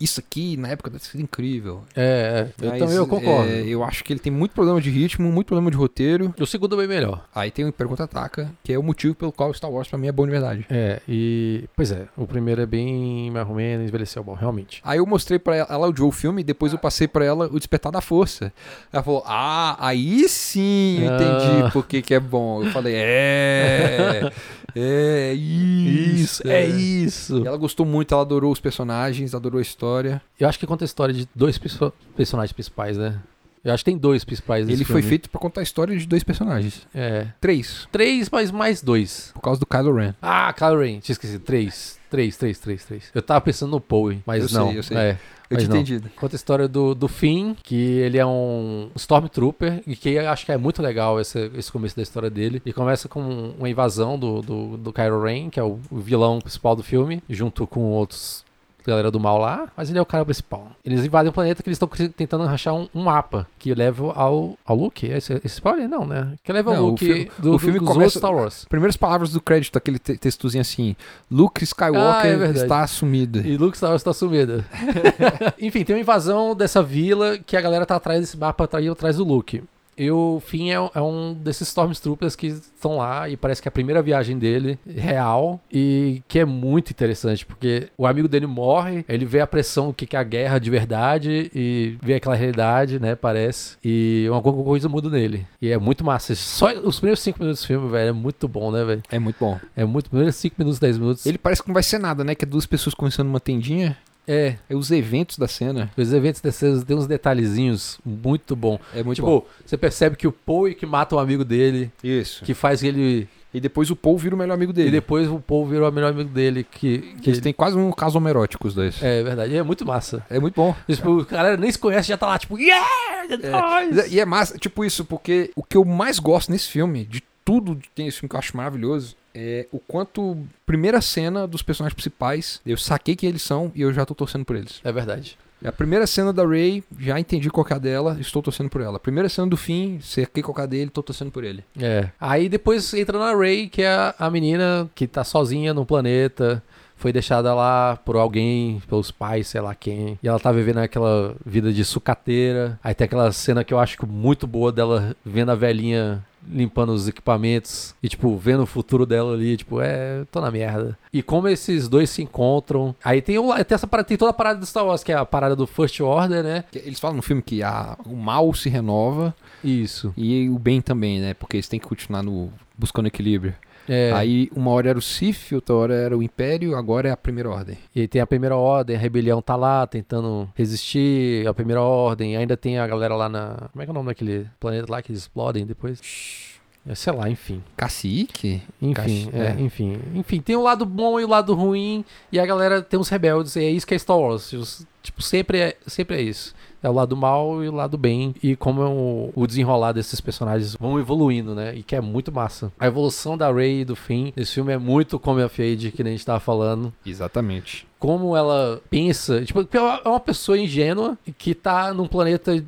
isso aqui na época deve ter sido incrível. É, é. eu Mas, também eu concordo. é, eu acho que ele tem muito problema de ritmo, muito problema de roteiro. O segundo é bem melhor. Aí tem o Império Contra-Ataca, que é o motivo pelo qual Star Wars pra mim é bom de verdade. É, e. Pois é, o primeiro é bem mais ou menos, envelheceu bom, realmente. Aí eu mostrei pra ela, ela odiou o filme, depois eu passei pra ela o Despertar da Força. Ela falou: "Ah, aí sim, eu entendi Ah. por que que é bom". Eu falei: "É, é isso, é isso. E ela gostou muito, ela adorou os personagens, adorou a história. Eu acho que conta a história de dois perso- personagens principais, né? Eu acho que tem dois principais nesse Ele foi filme. feito pra contar a história de dois personagens. É. Três, Três, mas mais dois. por causa do Kylo Ren. Ah, Kylo Ren, tinha esquecido. Três. Três, três, três, três. Eu tava pensando no Poe, mas Eu não. sei, eu sei. É. Eu Mas tinha não. entendido. Conta a história do, do Finn, que ele é um Stormtrooper, e que eu acho que é muito legal esse, esse começo da história dele. E começa com um, uma invasão do, do, do Kylo Ren, que é o o vilão principal do filme, junto com outros galera do mal lá, mas ele é o cara principal. Eles invadem o planeta que eles estão tentando rachar um, um mapa que leva ao, ao Luke. Esse, esse spoiler não, né? Que leva Não, ao o Luke filme- do, o filme dos começa- outros Star Wars. Primeiras palavras do crédito, aquele te- textozinho assim: Luke Ah, é Skywalker verdade. está assumido. E Luke Star Wars tá sumido. Enfim, tem uma invasão dessa vila que a galera tá atrás desse mapa, tá indo atrás do Luke. E o Finn é, é um desses Stormtroopers que estão lá e parece que é a primeira viagem dele, real, e que é muito interessante, porque o amigo dele morre, ele vê a pressão, o que que é a guerra de verdade, e vê aquela realidade, né, parece, e alguma coisa muda nele. E é muito massa. Só os primeiros cinco minutos do filme, velho, é muito bom, né, velho? É muito bom. É muito, primeiros 5 minutos, 10 minutos. Ele parece que não vai ser nada, né? Que é duas pessoas começando uma tendinha. é, É os eventos da cena. Os eventos terceiros tem uns detalhezinhos muito bom. É muito tipo, você percebe que o Poe que mata um amigo dele, Isso. que faz ele. E depois o Paul vira o melhor amigo E É. dele. depois o Poe virou o melhor amigo dele. Que, que Eles têm quase um caso homerótico, os dois. É verdade, é muito massa. É, muito bom. Tipo, o cara nem se conhece, já tá lá, tipo, yeah! Mas é- É, E é massa, tipo isso, porque o que eu mais gosto nesse filme, de tudo que tem esse filme que eu acho maravilhoso, é o quanto primeira cena dos personagens principais, eu saquei quem eles são e eu já tô torcendo por eles. é verdade. A primeira cena da Ray, já entendi qual que é a dela, estou torcendo por ela. A primeira cena do fim, saquei qual que é a dele, tô torcendo por ele. É. Aí depois entra na Ray, que é a, a menina que tá sozinha no planeta. Foi deixada lá por alguém, pelos pais, sei lá quem. E ela tá vivendo aquela vida de sucateira. Aí tem aquela cena que eu acho que muito boa dela vendo a velhinha limpando os equipamentos e, tipo, vendo o futuro dela ali, tipo, é, tô na merda. E como esses dois se encontram. Aí tem, o- tem, essa, parada- tem toda a parada do Star Wars, que é a parada do First Order, né? Eles falam no filme que a- o mal se renova Isso. e o bem também, né? Porque eles têm que continuar no, buscando equilíbrio. É. Aí uma hora era o Sif, outra hora era o Império, agora é a Primeira Ordem. E aí tem a primeira ordem, a rebelião tá lá tentando resistir, é a primeira ordem, ainda tem a galera lá na. Como é que é o nome daquele planeta lá que eles explodem depois? É, Sei lá, enfim. Cacique? Enfim, Caixa- é. é, enfim. Enfim, tem o lado bom e o lado ruim, e a galera tem os rebeldes, e é isso que é Star Wars. os- Tipo, sempre é, sempre é isso. É o lado mal e o lado bem. E como é o, o desenrolar desses personagens vão evoluindo, né? E que é muito massa. A evolução da Rey e do Finn. Esse filme é muito Come of Age, que nem a gente tava falando Exatamente. como ela pensa. Tipo, porque ela é uma pessoa ingênua que tá num planeta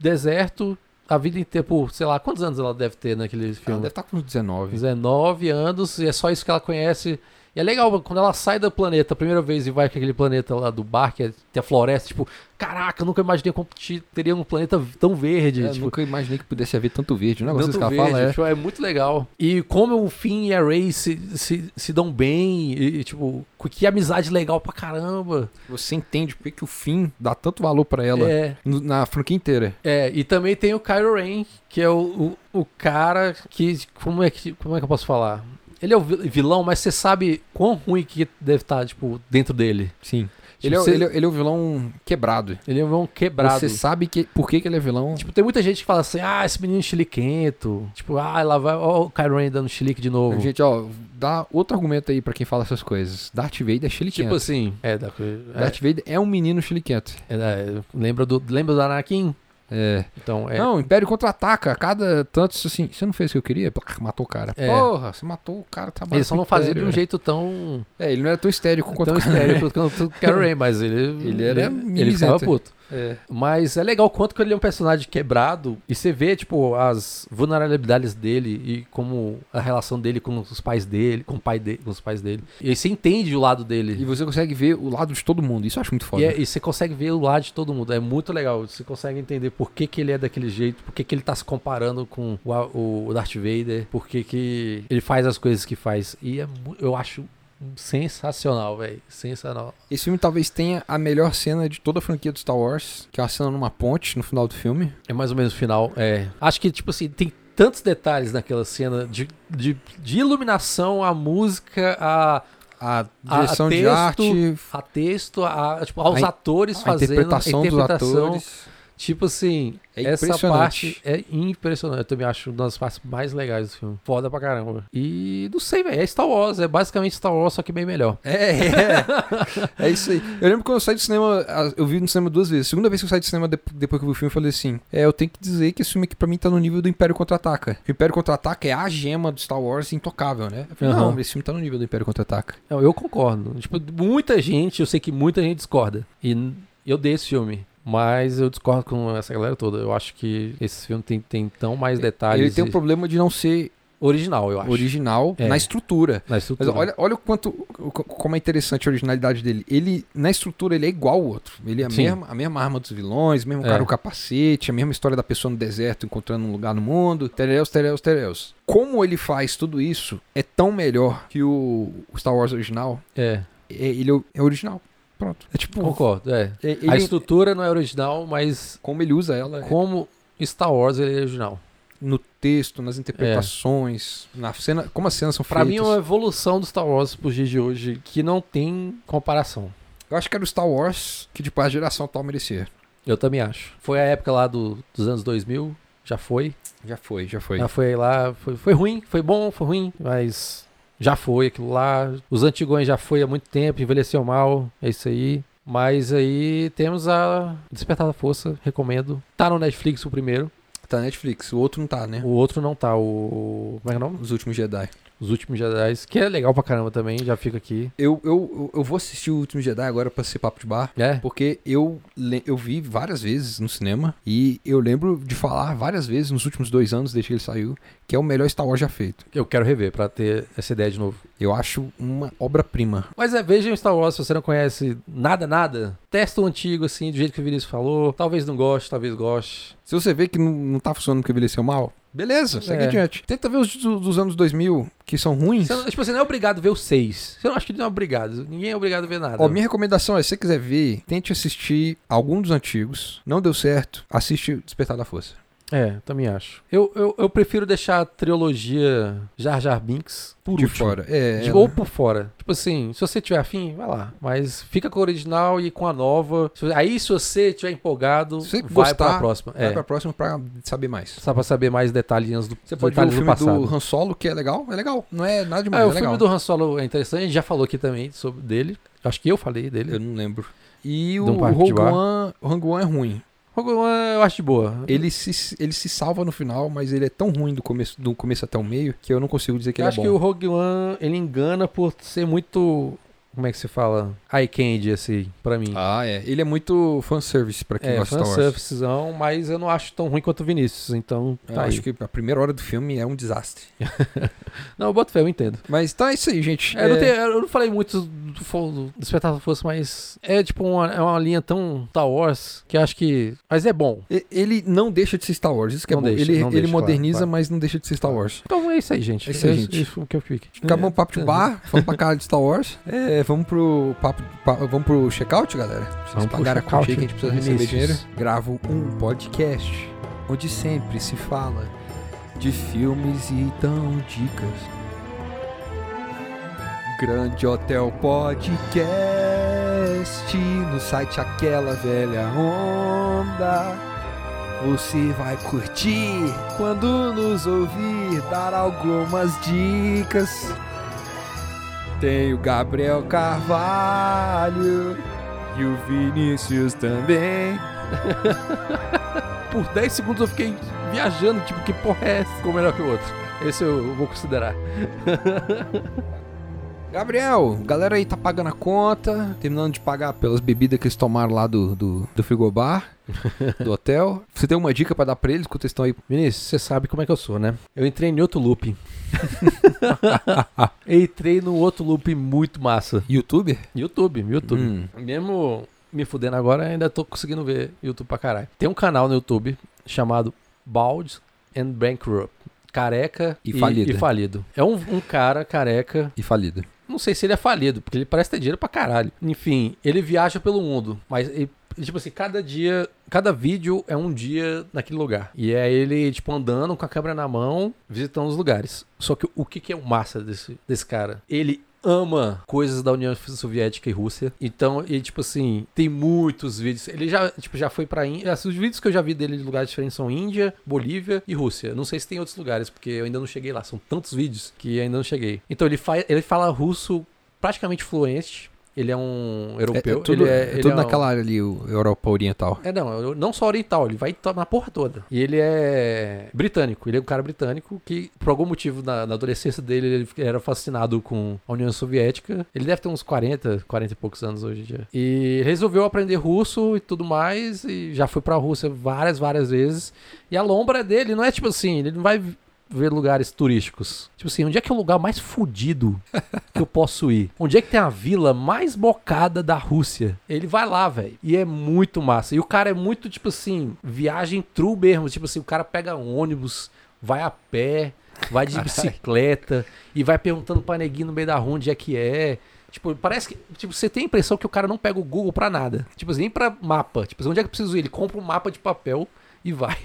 deserto a vida inteira, por sei lá, quantos anos ela deve ter naquele Ela Ah, deve filme? estar com uns 19. 19 anos, e é só isso que ela conhece. E é legal, quando ela sai do planeta a primeira vez e vai para aquele planeta lá do bar, que é, tem a floresta, tipo, caraca, eu nunca imaginei como te- teria um planeta tão verde. Eu É, tipo, nunca imaginei que pudesse haver tanto verde. O negócio tanto que ela verde, fala é. tipo, é muito legal. E como o Finn e a Rey se, se, se dão bem, e, e, tipo, que amizade legal pra caramba. é, Você entende por que que o fim dá tanto valor pra ela tipo, É. no- na franquia inteira. É, e também tem o Kylo Ren, que é o, o, o cara que como, é que. como é que eu posso falar? Ele é o vil- vilão, mas você sabe quão ruim que deve estar, tipo, dentro dele. Sim. Tipo, Ele é, o- você- ele, é- ele é o vilão quebrado. Ele é um vilão quebrado. Você sabe que, por que, que ele é vilão. Tipo, tem muita gente que fala assim, ah, esse menino é chiliquento. Tipo, ah, lá vai, ó, o Kylo Ren dando chilique de novo. Gente, ó, dá outro argumento aí pra quem fala essas coisas. Darth Vader é tipo chiliquento. assim, é, da coisa. Darth Vader é um menino chiliquento. É, lembra, do, lembra do Anakin? É. Então, é. Não, o Império contra-ataca. a Cada tantos assim. Você não fez o que eu queria? Plac, Matou o cara. É. Porra, você matou o cara que trabalhava ele só com não o fazia de Império, um né? jeito tão É, ele não era tão histérico quanto tão o cara. estéreo quanto o Kylo Ren, mas ele. Ele era Ele, ele mimizento. ficava puto. É. Mas é legal o quanto que ele é um personagem quebrado e você vê, tipo, as vulnerabilidades dele e como a relação dele com os pais dele, com o pai dele, com os pais dele. E aí você entende o lado E dele. você consegue ver o lado de todo mundo. Isso eu acho muito foda. E, é- e você consegue ver o lado de todo mundo. É muito legal. Você consegue entender por que, que ele é daquele jeito, por que, que ele tá se comparando com o, a- o Darth Vader, por que, que ele faz as coisas que faz. E é, mu- eu acho sensacional, velho. Sensacional. Esse filme talvez tenha a melhor cena de toda a franquia do Star Wars, que é uma cena numa ponte no final do filme. É mais ou menos o final. É. Acho que, tipo assim, tem tantos detalhes naquela cena de, de, de iluminação, a música, a, A A- direção de texto, arte, a texto, a, tipo, aos A in- atores a fazendo interpretação, dos interpretação. atores. Tipo assim, É essa impressionante. parte é impressionante. Eu também acho uma das partes mais legais do filme. Foda pra caramba. E não sei, velho. É Star Wars. É basicamente Star Wars, só que bem melhor. É, é. É isso aí. Eu lembro quando eu saí do cinema, a- eu vi no cinema duas vezes. Segunda vez que eu saí do cinema dep- depois que eu vi o filme, eu falei assim: É, eu tenho que dizer que esse filme aqui pra mim tá no nível do Império Contra-Ataca. O Império Contra-Ataca é a gema do Star Wars intocável, né? Eu falei, Aham. Não, esse filme tá no nível do Império Contra-Ataca. Não, eu concordo. Tipo, muita gente, eu sei que muita gente discorda. E n- eu dei esse filme. Mas eu discordo com essa galera toda. Eu acho que esse filme tem, tem tão mais detalhes. Ele tem e- o problema de não ser Original, Tá, eu acho. original É. na estrutura. Na Mas estrutura. olha, olha o quanto, o co- como é interessante a originalidade dele. Ele, na estrutura, ele é igual ao outro. Ele é a, Sim. mesma, a mesma arma dos vilões, mesmo É. cara o capacete, a mesma história da pessoa no deserto encontrando um lugar no mundo. Tereus, tereus, tereus. Como ele faz tudo isso é tão melhor que o, o Star Wars original. É, É, ele é o- é original. Pronto. É tipo... concordo. É. é- A ele- estrutura não é original, mas como ele usa ela é como Star Wars ele é original. no texto, nas interpretações, na cena... Como as cenas são É. Pra feitas. mim é uma evolução do Star Wars pro dia de hoje que não tem comparação. Eu acho que era o Star Wars que, tipo, a geração tal merecia. Eu também acho. Foi a época lá do- dos anos 2000, já foi. Já foi, já foi. Já foi lá, foi, foi ruim, foi bom, foi ruim, mas já foi aquilo lá. Os antigões já foi há muito tempo, envelheceu mal, é isso aí. Mas aí temos a Despertar da Força, recomendo. Tá no Netflix o primeiro, Tá na Netflix, o outro não tá, né? o outro não tá, o... como é que é o nome? Os Últimos Jedi. Os Últimos Jedi, que é legal pra caramba também, já fica aqui. Eu, eu, eu vou assistir o Último Jedi agora pra ser papo de bar. É, Porque eu, le- eu vi várias vezes no cinema e eu lembro de falar várias vezes nos últimos dois anos, desde que ele saiu, que é o melhor Star Wars já feito. eu quero rever pra ter essa ideia de novo. Eu acho uma obra-prima. Mas é, vejam Star Wars, se você não conhece nada, nada. Testa o antigo, assim, do jeito que o Vinícius falou. Talvez não goste, talvez goste. Se você vê que não, não tá funcionando porque envelheceu mal, beleza, segue É. adiante. Tenta ver os do- dos anos 2000, que são ruins. Você, não- tipo, você não é obrigado a ver o 6. Você não acho que não é obrigado. Ninguém é obrigado a ver nada. Ó, minha recomendação é, se você quiser ver, tente assistir algum dos antigos. Não deu certo, assiste Despertar da Força. É, também acho. Eu, eu, eu prefiro deixar a trilogia Jar Jar Binks por de último. fora. É, De- ela- ou por fora. Tipo assim, se você tiver afim, vai lá. Mas fica com a original e com a nova. Se- Aí, se você tiver empolgado, Se vai gostar, pra próxima. Vai É. pra próxima pra saber mais. Só pra saber mais detalhinhos do, Você pode ver o detalhes filme do passado. do Han Solo, que é legal, é legal. Não é nada demais, É, é, o legal. filme do Han Solo é interessante, a gente já falou aqui também sobre dele. Acho que eu falei dele. Eu não lembro. E o Dom Park Rogue Jiwa. One, o Rogue One é ruim. Rogue One eu acho de boa. Ele se, ele se salva no final, mas ele é tão ruim do começo, do começo até o meio que eu não consigo dizer que eu ele acho é que o bom. Rogue One ele engana por ser muito. Como é que se fala? Eye candy, assim, pra mim. Ah, é. Ele é muito fanservice pra quem é, gosta de Star Wars. fanservicezão, mas eu não acho tão ruim quanto o Vinícius, então Eu tá aí. acho que a primeira hora do filme é um desastre. Não, eu boto fé, eu entendo. Mas tá é isso aí, gente. É, Eu, não tenho- eu não falei muito do, fo- do Espetáculo Força, mas é tipo uma, é uma linha tão Star Wars que eu acho que. Mas é bom. E- Ele não deixa de ser Star Wars, isso que é Não bom. deixa, ele não ele deixa, claro, moderniza, claro. mas não deixa de ser Star Wars. Então é isso aí, gente. É isso aí, gente. isso que eu fico. Acabou o papo de É. bar, falando pra cara de Star Wars. É, vamos pro papo, pa- vamos pro checkout, galera. Vocês Vamos pro pagaram a conta aí que a checkout, gente precisa receber Vinícius. dinheiro. Gravo um podcast onde sempre se fala de filmes e dão dicas. Grande Hotel Podcast no site Aquela Velha Onda. Você vai curtir quando nos ouvir dar algumas dicas. Tem o Gabriel Carvalho e o Vinícius também. Por 10 segundos eu fiquei viajando, tipo, que porra é essa? Ficou melhor que o outro. Esse eu vou considerar. Gabriel, galera aí tá pagando a conta, terminando de pagar pelas bebidas que eles tomaram lá do, do, do frigobar, do hotel. Você tem uma dica pra dar pra eles quando eles estão aí? Vinícius, você sabe como é que eu sou, né? Eu entrei em outro loop. entrei num outro loop muito massa. YouTube? YouTube, YouTube. Hum. Mesmo me fudendo agora, ainda tô conseguindo ver YouTube pra caralho. Tem um canal no YouTube chamado Bald and Bankrupt. Careca E falido. e falido. É um, um cara careca E falido. não sei se ele é falido, porque ele parece ter dinheiro pra caralho. Enfim, ele viaja pelo mundo, mas ele- Tipo assim, cada dia, cada vídeo é um dia naquele lugar. E é ele, tipo, andando com a câmera na mão, visitando os lugares. Só que o que, que é o massa desse, desse cara? Ele ama coisas da União Soviética e Rússia. Então, ele, tipo assim, tem muitos vídeos. Ele já, tipo, já foi pra Índia. Os vídeos que eu já vi dele de lugares diferentes são Índia, Bolívia e Rússia. Não sei se tem outros lugares, porque eu ainda não cheguei lá. São tantos vídeos que ainda não cheguei. Então, ele, fa ele fala russo praticamente fluente. Ele é um europeu. é, é tudo, ele é, ele tudo um- naquela área ali, o Europa Oriental. é, não, eu- não só oriental, ele vai to- na porra toda. E ele é britânico, ele é um cara britânico que, por algum motivo, na, na adolescência dele, ele f- era fascinado com a União Soviética. Ele deve ter uns 40, 40 e poucos anos hoje em dia. E resolveu aprender russo e tudo mais, e já foi pra Rússia várias, várias vezes. E a lombra dele não é tipo assim, ele não vai ver lugares turísticos. Tipo assim, onde é que é o lugar mais fudido que eu posso ir? Onde é que tem a vila mais bocada da Rússia? Ele vai lá, velho. E é muito massa. E o cara é muito, tipo assim, viagem true mesmo. Tipo assim, o cara pega ônibus, vai a pé, vai de bicicleta e vai perguntando pra neguinho no meio da rua onde é que é. Tipo, parece que. Tipo, você tem a impressão que o cara não pega o Google pra nada. Tipo, assim, nem pra mapa. Tipo, assim, onde é que eu preciso ir? Ele compra um mapa de papel e vai.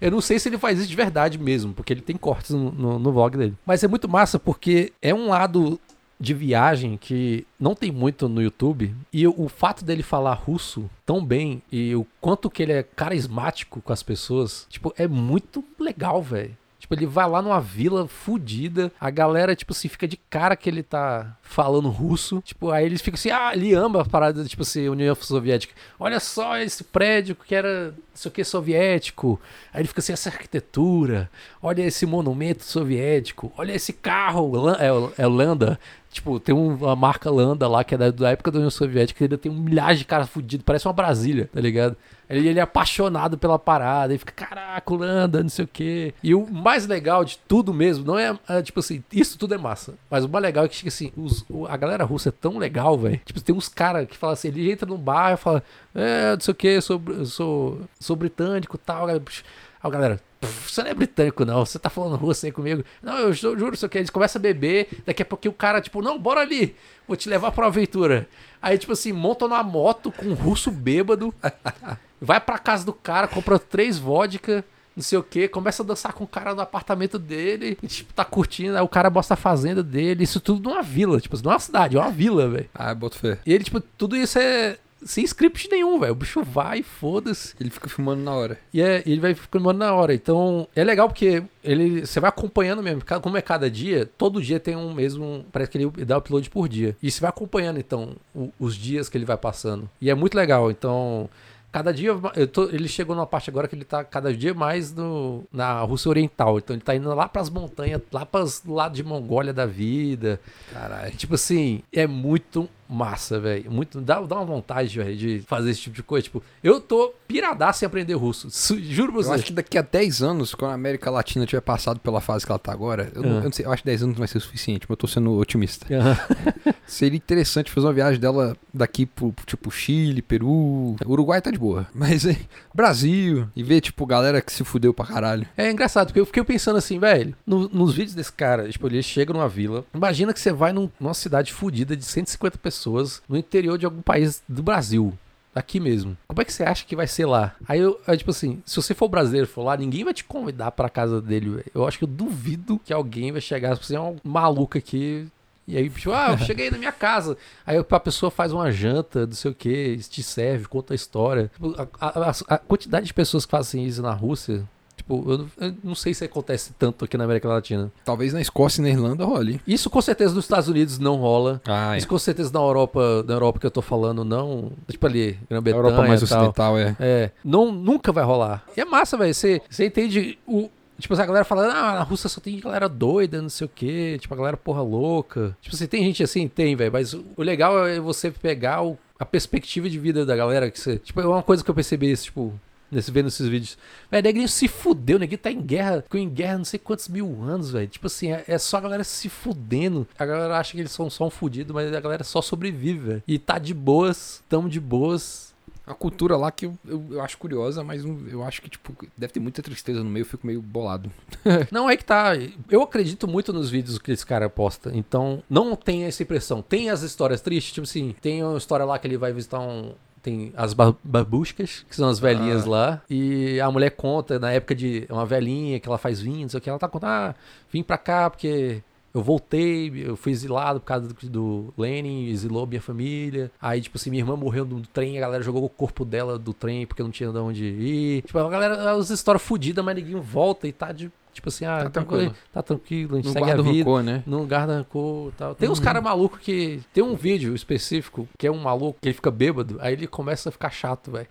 Eu não sei se ele faz isso de verdade mesmo, porque ele tem cortes no, no, no vlog dele. Mas é muito massa porque é um lado de viagem que não tem muito no YouTube. E o, o fato dele falar russo tão bem e o quanto que ele é carismático com as pessoas, tipo, é muito legal, velho. Tipo, ele vai lá numa vila fudida, a galera, tipo assim, fica de cara que ele tá falando russo. Tipo, aí eles ficam assim, ah, ele ama a parada, tipo assim, União Soviética. Olha só esse prédio que era, não sei o que, soviético. Aí ele fica assim, essa arquitetura, olha esse monumento soviético, olha esse carro, Lan- é, o- é o Landa. Tipo, tem um- uma marca Landa lá, que é da, da época da União Soviética, que ainda tem um milhar de caras fudidos, parece uma Brasília, tá ligado? Ele, ele é apaixonado pela parada, ele fica, caraca, Holanda, não sei o quê. E o mais legal de tudo mesmo, não é, é, tipo assim, isso tudo é massa. Mas o mais legal é que, assim, os- o- a galera russa é tão legal, velho. Tipo, tem uns caras que falam assim, ele entra num bar e fala, é, não sei o quê, eu sou, br- eu sou, sou britânico e tal. Aí a galera, "Pff, você não é britânico, não. Você tá falando russo aí comigo. Não, eu ju- juro, sei o que. Eles começam a beber. Daqui a pouquinho o cara, tipo, não, bora ali. Vou te levar pra uma aventura. Aí, tipo assim, montam numa moto com um russo bêbado. Vai pra casa do cara, compra três vodka, não sei o que, começa a dançar com o cara no apartamento dele, e, tipo, tá curtindo, aí o cara mostra a fazenda dele, isso tudo numa vila, tipo, não é uma cidade, é uma vila, velho. Ah, boto fé. E ele, tipo, tudo isso é sem script nenhum, velho. O bicho vai, foda-se. Ele fica filmando na hora. E é- ele vai filmando na hora. Então, é legal porque ele você vai acompanhando mesmo. Cada- Como é cada dia, todo dia tem um mesmo. Parece que ele dá upload por dia. E você vai acompanhando, então, o- os dias que ele vai passando. E é muito legal. Então, cada dia. eu tô- ele chegou numa parte agora que ele tá cada dia mais no, na Rússia Oriental. Então, ele tá indo lá pras montanhas, lá pras do lado de Mongólia da vida. Caralho. Tipo assim, é muito massa, velho. Muito, dá, dá uma vontade, velho, de fazer esse tipo de coisa. Tipo, eu tô piradaço em aprender russo. Su- Juro Eu pra acho vocês. que daqui a 10 anos, quando a América Latina tiver passado pela fase que ela tá agora, eu, não, Ah. eu não sei, eu acho que 10 anos não vai ser o suficiente, mas eu tô sendo otimista. Aham. Seria interessante fazer uma viagem dela daqui pro, pro, tipo, Chile, Peru. Uruguai tá de boa. Mas hein, Brasil. E ver, tipo, galera que se fudeu pra caralho. É engraçado, porque eu fiquei pensando assim, velho, no- nos vídeos desse cara, tipo, ele chega numa vila. Imagina que você vai num- numa cidade fodida de 150 pessoas no interior de algum país do Brasil. Aqui mesmo. Como é que você acha que vai ser lá? Aí eu, aí, tipo assim, se você for brasileiro e for lá, ninguém vai te convidar pra casa dele, velho. Eu acho que eu duvido que alguém vai chegar, tipo assim, é um maluco aqui. E aí, tipo, ah, eu cheguei na minha casa. Aí a pessoa faz uma janta, não sei o que, te serve, conta a história. Tipo, a- a- a- a quantidade de pessoas que fazem isso na Rússia Tipo, eu, não- eu não sei se acontece tanto aqui na América Latina. Talvez na Escócia e na Irlanda role. hein? Isso com certeza nos Estados Unidos não rola. Ah, Isso com certeza na Europa, na Europa que eu tô falando, não. Tipo ali, A Grã-Bretanha. Europa mais e tal. ocidental, é. É, não, nunca vai rolar. E é massa, velho. Você você entende o, Tipo, a galera falando, ah, na Rússia só tem galera doida, não sei o quê. Tipo, a galera porra louca. Tipo, assim, tem gente assim? Tem, velho. Mas o o legal é você pegar o- a perspectiva de vida da galera. Que você, tipo, é uma coisa que eu percebi isso, tipo... Nesse, vendo esses vídeos. Velho, negrinho se fudeu, negrinho tá em guerra, ficou em guerra não sei quantos mil anos, velho. Tipo assim, é, é só a galera se fudendo. A galera acha que eles são só um fudido, mas a galera só sobrevive, velho. E tá de boas, tamo de boas, A cultura lá que eu, eu, eu acho curiosa, mas não- eu acho que, tipo, deve ter muita tristeza no meio, eu fico meio bolado. Não, é que tá. Eu acredito muito nos vídeos que esse cara posta. Então, não tem essa impressão. Tem as histórias tristes, tipo assim, tem uma história lá que ele vai visitar um. Tem as ba- babuscas, que são as velhinhas Ah. lá. E a mulher conta, na época de. é Uma velhinha que ela faz vinho, não sei o que. Ela tá contando, ah, vim pra cá porque eu voltei, eu fui exilado por causa do, do Lenin, exilou minha família. Aí, tipo assim, minha irmã morreu no trem, a galera jogou o corpo dela do trem porque não tinha de onde ir. Tipo, a galera, as histórias fodidas, mas ninguém volta e tá de. Tipo assim, ah, Tá tranquilo. tá tranquilo, a gente Não segue a guarda vida. rancor, né? Não guarda rancor e tal. Tem Uhum. uns caras malucos que. Tem um vídeo específico que é um maluco que ele fica bêbado, aí ele começa a ficar chato, velho.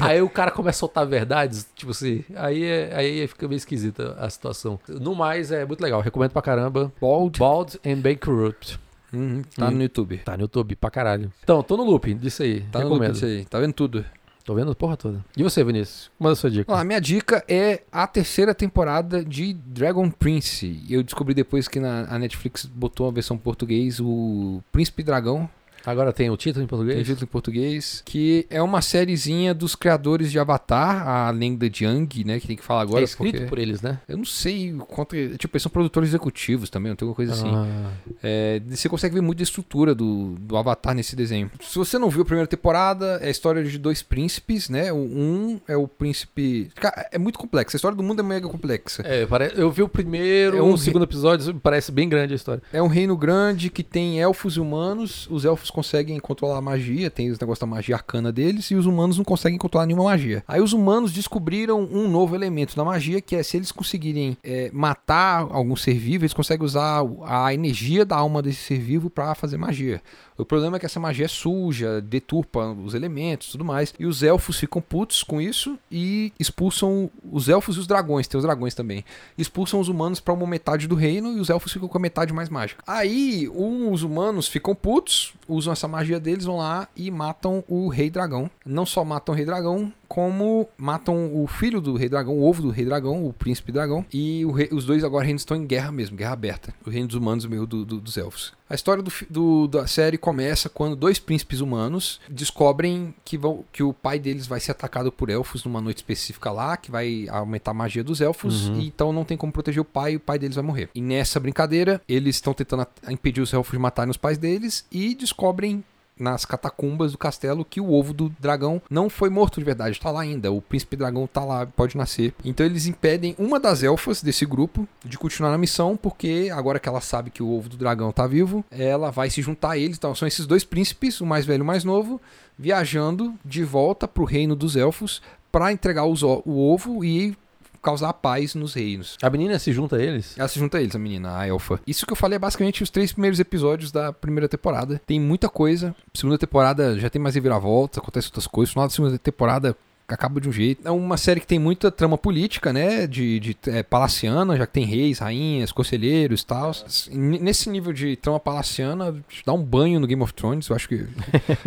aí o cara começa a soltar verdades, tipo assim. Aí, é- aí fica meio esquisita a situação. No mais, é muito legal. Recomendo pra caramba. Bald. Bald and Bankrupt. Uhum, tá Hum. no YouTube. Tá no YouTube pra caralho. Então, tô no loop disso aí. Tá no Recomendo. YouTube isso aí. Tá vendo tudo. Tô vendo a porra toda. E você, Vinícius? Manda sua dica. Ó, a minha dica é a terceira temporada de Dragon Prince. Eu descobri depois que na, a Netflix botou a versão em português, o Príncipe Dragão, Agora tem o título em Tem português? título em português. Que é uma sériezinha dos criadores de Avatar, a lenda de Yang, né? Que tem que falar agora. é escrito porque- por eles, né? Eu não sei o quanto. Tipo, eles são produtores executivos também, não tem alguma coisa assim. Ah. É, você consegue ver muito da estrutura do, do Avatar nesse desenho. Se você não viu a primeira temporada, é a história de dois príncipes, né? O- Um é o príncipe. Cara, é muito complexo. A história do mundo é mega complexa. É, pare- eu vi o primeiro, É um o re- segundo episódio, parece bem grande a história. É um reino grande que tem elfos e humanos. Os elfos conseguem controlar a magia, tem os negócios da magia arcana deles, e os humanos não conseguem controlar nenhuma magia. Aí os humanos descobriram um novo elemento na magia, que é se eles conseguirem é, matar algum ser vivo, eles conseguem usar a energia da alma desse ser vivo pra fazer magia. O problema é que essa magia é suja, deturpa os elementos e tudo mais. E os elfos ficam putos com isso e expulsam os elfos e os dragões, tem os dragões também expulsam os humanos pra uma metade do reino e os elfos ficam com a metade mais mágica. Aí, um, os humanos ficam putos, usam essa magia deles, vão lá e matam o Rei Dragão. Não só matam o Rei Dragão, como matam o filho do Rei Dragão, o ovo do Rei Dragão, o Príncipe Dragão. E o rei- os dois agora reinos estão em guerra mesmo, guerra aberta. O reino dos humanos e o meio do, do- dos elfos. A história do fi- do- da série começa quando dois príncipes humanos descobrem que, vão, que o pai deles vai ser atacado por elfos numa noite específica lá, que vai aumentar a magia dos elfos, Uhum. e então não tem como proteger o pai e o pai deles vai morrer. E nessa brincadeira, eles estão tentando at- impedir os elfos de matarem os pais deles e descobrem nas catacumbas do castelo que o ovo do dragão não foi morto de verdade, tá lá ainda. O príncipe dragão tá lá, pode nascer. Então eles impedem uma das elfas desse grupo de continuar na missão, porque agora que ela sabe que o ovo do dragão tá vivo, ela vai se juntar a eles. Então são esses dois príncipes, o mais velho e o mais novo, viajando de volta pro reino dos elfos pra entregar os o- o ovo e causar paz nos reinos. A menina se junta a eles? Ela se junta a eles, a menina, a elfa. Isso que eu falei é basicamente os três primeiros episódios da primeira temporada. Tem muita coisa. Segunda temporada já tem mais reviravolta, acontece outras coisas. No final da segunda temporada acaba de um jeito. É uma série que tem muita trama política, né? De, de é, palaciana, já que tem reis, rainhas, conselheiros e tal. N- Nesse nível de trama palaciana, dá um banho no Game of Thrones. Eu acho que.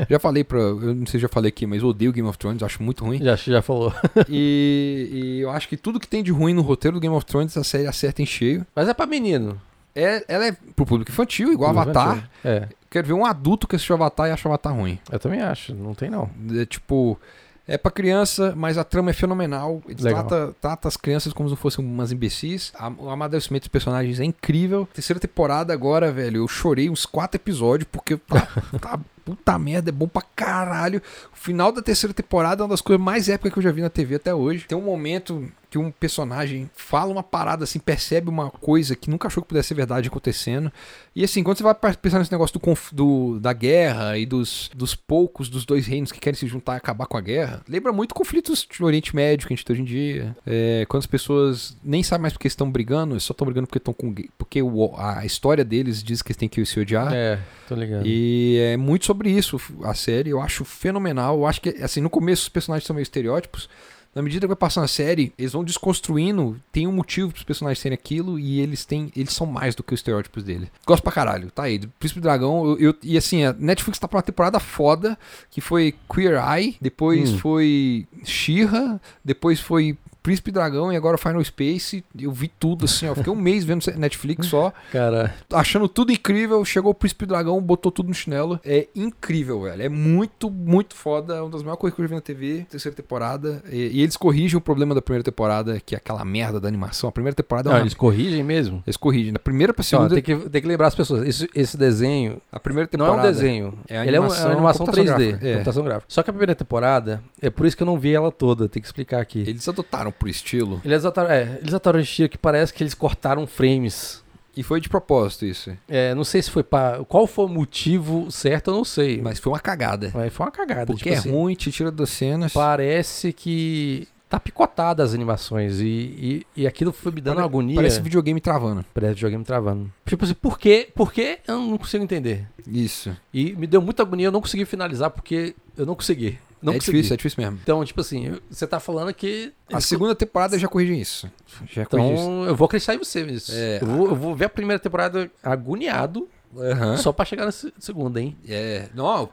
já falei pra. Eu não sei se já falei aqui, mas eu odeio Game of Thrones, eu acho muito ruim. Já, já falou. e, e eu acho que tudo que tem de ruim no roteiro do Game of Thrones, a série acerta em cheio. Mas é pra menino. É, ela é pro público infantil, igual Avatar. É, Quero ver um adulto que assistiu Avatar e acha Avatar ruim. eu também acho. Não tem não. É tipo. É pra criança, mas a trama é fenomenal. Ele Legal. Trata, trata as crianças como se fossem umas imbecis. A- o amadurecimento dos personagens é incrível. Terceira temporada agora, velho, eu chorei uns quatro episódios, porque tá, tá- puta merda, é bom pra caralho. O final da terceira temporada é uma das coisas mais épicas que eu já vi na TV até hoje. Tem um momento que um personagem fala uma parada assim, percebe uma coisa que nunca achou que pudesse ser verdade acontecendo. E assim, quando você vai pra- pensar nesse negócio do, conf- do- da guerra e dos, dos poucos dos dois reinos que querem se juntar e acabar com a guerra, lembra muito conflitos do Oriente Médio que a gente tem hoje em dia. É, quando as pessoas nem sabem mais porque estão brigando, eles só estão brigando porque estão com gue- porque o- a história deles diz que eles têm que se odiar. É, tô ligado. E é muito sobre isso a série. Eu acho fenomenal. Eu acho que, assim, no começo os personagens são meio estereótipos. Na medida que vai passando a série, eles vão desconstruindo, tem um motivo pros personagens serem aquilo e eles têm, eles são mais do que os estereótipos dele. Gosto pra caralho, tá aí. do Príncipe do Dragão, eu, eu- e assim, a Netflix tá pra uma temporada foda, que foi Queer Eye, depois Hum. foi She-Ra, depois foi Príncipe do Dragão e agora Final Space. Eu vi tudo assim, ó. Fiquei um mês vendo Netflix só Cara, achando tudo incrível. Chegou o Príncipe Dragão, botou tudo no chinelo. É incrível, velho. É muito, muito foda. É uma das maiores coisas que eu já vi na TV, terceira temporada. E, e eles corrigem o problema da primeira temporada, que é aquela merda da animação. A primeira temporada é não, uma... eles corrigem mesmo? Eles corrigem. Da primeira pra Não, segunda. tem, que, tem que lembrar as pessoas. Esse, esse desenho A primeira não é temporada. um desenho. É ele é, um- é animação, uma animação computação 3D, gráfica, é. computação gráfica. Só que a primeira temporada, é por isso que eu não vi ela toda, tem que explicar aqui. Eles adotaram por estilo. Eles ataram, é, eles ataram um estilo que parece que eles cortaram frames. E foi de propósito isso. É, não sei se foi para Qual foi o motivo certo, eu não sei. Mas, Mas foi uma cagada. foi uma cagada. Porque tipo é assim. ruim, te tira das cenas. Parece que tá picotada as animações e, e, e aquilo foi me dando Pare- uma agonia. Parece videogame travando. Parece videogame travando. Tipo assim, por quê? Por quê? Eu não consigo entender. Isso. E me deu muita agonia, eu não consegui finalizar porque eu não consegui. Não é consegui. difícil, é difícil mesmo. Então, tipo assim, eu- você tá falando que... A segunda temporada já corrigem isso. Já corrigem isso. Então, eu vou acreditar em você, Vinícius. É. Eu, vou, eu vou ver a primeira temporada agoniado Aham. só pra chegar na se- segunda, hein? É, não,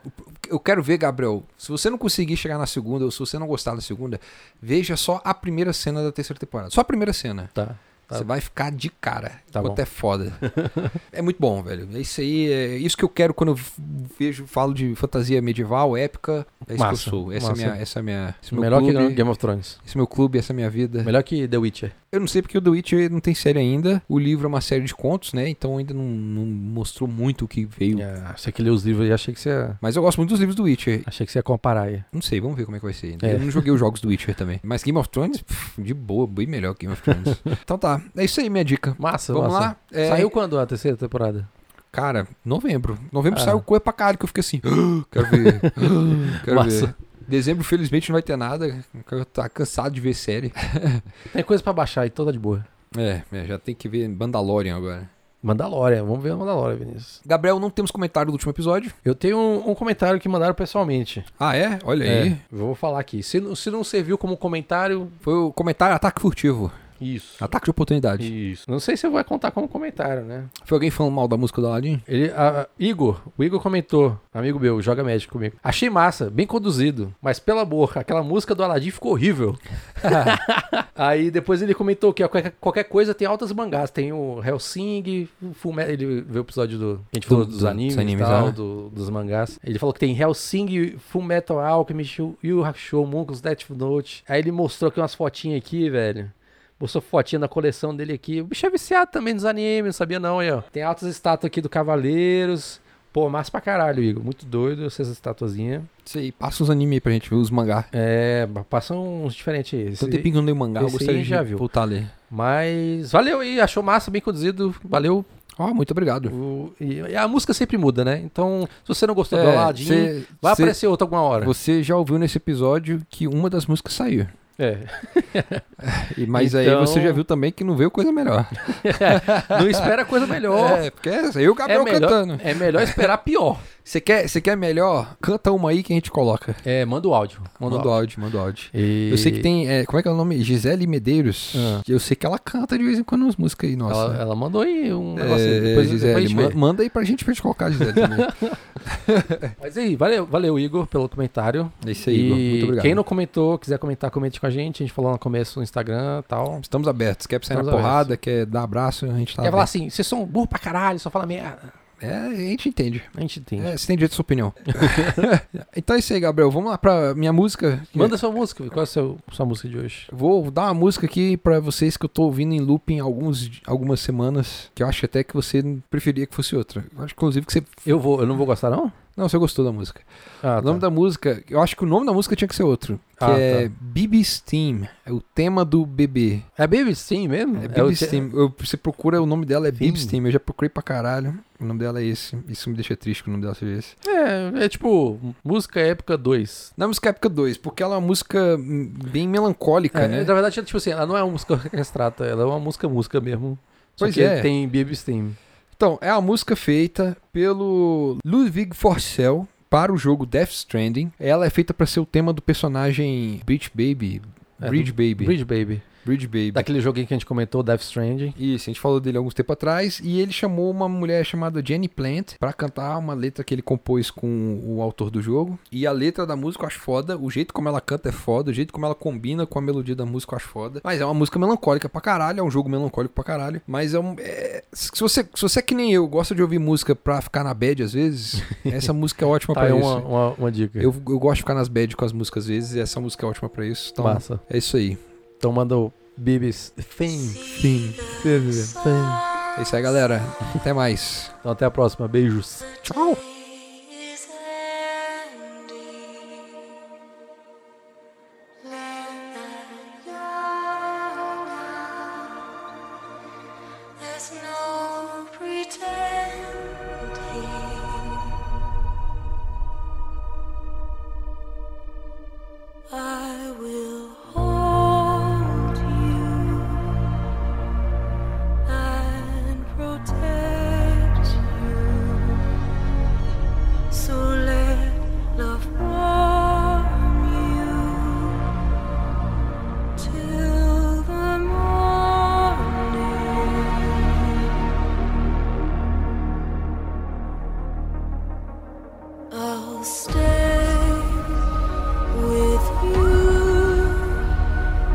eu quero ver, Gabriel. Se você não conseguir chegar na segunda, ou se você não gostar da segunda, veja só a primeira cena da terceira temporada. Só a primeira cena. Tá. Tá. Você vai ficar de cara. Tá quanto bom. é foda. é muito bom, velho. É isso aí. É isso que eu quero quando eu vejo, falo de fantasia medieval, épica. É isso que eu Massa, sou. Essa é massa. minha. Essa é minha esse é meu Tipo, Melhor clube, que Game of Thrones. Esse é meu clube, essa é minha vida. Melhor que The Witcher. Eu não sei porque o The Witcher não tem série ainda. O livro é uma série de contos, né? Então ainda não, não mostrou muito o que veio. Ah, Você que leu os livros e achei que você ia... Mas eu gosto muito dos livros do Witcher. Achei que você ia comparar aí. Não sei, vamos ver como é que vai ser ainda. É. Eu não joguei os jogos do Witcher também. Mas Game of Thrones, pff, de boa, bem melhor que Game of Thrones. então tá, é isso aí minha dica. Massa, Vamos massa. lá. É, Saiu quando a terceira temporada? Cara, novembro. Novembro Ah. saiu coisa pra caralho que eu fiquei assim. "Ah, quero ver. ah, quero Massa. ver. Dezembro, felizmente, não vai ter nada. Eu tá cansado de ver série. Tem coisa pra baixar e toda de boa. É, é, já tem que ver Mandalorian agora. Mandalória, vamos ver a Mandalória, Vinícius. Gabriel, não temos comentário do último episódio. Eu tenho um, um comentário que mandaram pessoalmente. Ah, é? Olha aí. É, vou falar aqui. Se, não- se não serviu como comentário, Foi o comentário Ataque Furtivo. isso. Ataque de oportunidade. Isso. Não sei se vai contar como comentário, né? Foi alguém falando mal da música do Aladdin? Ele, a- a- Igor, o Igor comentou, amigo meu, joga médico comigo. Achei massa, bem conduzido, mas pela boca, aquela música do Aladdin ficou horrível. Aí depois ele comentou que ó, qualquer, qualquer coisa tem altas mangás, tem o Hellsing, o Full Metal- ele viu o episódio do que a gente Do- falou dos do- animes, dos animes, e tal, ah. do- dos mangás. Ele falou que tem Hellsing, Full Metal Alchemist, Yu Yu Hakusho, Monkus, Death Note. Aí ele mostrou aqui umas fotinhas aqui, velho. Mostrou fotinha da coleção dele aqui. O bicho é viciado também nos animes, não sabia não, aí, ó. Tem altas estátuas aqui do Cavaleiros. Pô, massa pra caralho, Igor. Muito doido essas estatuazinhas. Isso aí, passa uns anime aí pra gente ver, os mangá. É, passa uns diferentes aí. Tanto tempinho que eu não leio mangá, eu esse gostaria aí de já viu. voltar a ler. Mas valeu aí, achou massa, bem conduzido. Valeu. Ó, muito obrigado. O- e, e a música sempre muda, né? Então, se você não gostou do É, Aladdin, cê- vai cê- aparecer outra alguma hora. Você já ouviu nesse episódio que uma das músicas saiu. É. E- Mas aí Então- você já viu também que não veio coisa melhor. não espera coisa melhor. É, porque é eu e o É, Gabriel melhor, cantando. é melhor esperar pior. Você quer, você quer melhor? Canta uma aí que a gente coloca. É, manda o áudio. Manda o áudio, manda o áudio. E- Eu sei que tem. é, como é que é o nome? Gisele Medeiros. Ah. Eu sei que ela canta de vez em quando umas músicas aí, nossa. Ela, ela mandou aí um É, negócio. aí, depois, depois a Gisele, gente ma- vê. manda aí pra gente pra gente colocar, Gisele. Também. Mas aí, valeu, valeu, Igor, pelo comentário. é isso aí, Igor. E Muito obrigado. Quem não comentou, quiser comentar, comente com a gente. A gente falou no começo no Instagram e tal. Estamos abertos. Quer sair na Estamos porrada, quer dar abraço, a gente tá. Quer falar aberto. assim, vocês são burro pra caralho, só fala merda. É, a gente entende. A gente entende. É, você tem direito à sua opinião. então é isso aí, Gabriel. Vamos lá pra minha música. Manda sua música. Qual é a seu- sua música de hoje? Vou dar uma música aqui pra vocês que eu tô ouvindo em looping alguns, algumas semanas. Que eu acho até que você preferia que fosse outra. Eu acho, inclusive, que você. Eu vou, eu não vou gostar, não? Não, você gostou da música. Ah, O nome da música. Eu acho que o nome da música tinha que ser outro. Que Ah, é tá. Baby's Theme. É o tema do bebê. É Baby Steam mesmo? É o Bibs te- Team. Eu- você procura, o nome dela é Sim. Bibs Team. Eu já procurei pra caralho. O nome dela é esse. Isso me deixa triste que o nome dela seja esse. É, é tipo música época 2. Na música Época 2, porque ela é uma música hum, bem melancólica, É, né? Na verdade, é tipo assim, ela não é uma música orquestrada, ela é uma música música mesmo. Só Pois que é. Tem Baby Steam. Então, é a música feita pelo Ludwig Forcell para o jogo Death Stranding. Ela é feita pra ser o tema do personagem Beach Baby. É, Bridge Baby. Bridge, Bridge Baby. Baby. Daquele joguinho que a gente comentou, Death Stranding. Isso, a gente falou dele alguns tempo atrás e ele chamou uma mulher chamada Jenny Plant pra cantar uma letra que ele compôs com o autor do jogo. E a letra da música eu acho foda, o jeito como ela canta é foda, o jeito como ela combina com a melodia da música eu acho foda. Mas é uma música melancólica pra caralho, é um jogo melancólico pra caralho. Mas é um. é- Se, você, se você é que nem eu gosta de ouvir música pra ficar na bad às vezes, essa música é ótima Tá aí pra uma, isso. uma, uma dica. Eu, eu gosto de ficar nas bad com as músicas às vezes e essa música é ótima pra isso. Então, Massa. é isso aí. Então manda o Bibis. Fim. Fim. Fim. É isso aí, galera. Até mais. Então até a próxima. Beijos. Tchau. Is ending. Let the young out. There's no pretending. I will hold you and protect you. So let love warm you till the morning. I'll stay with you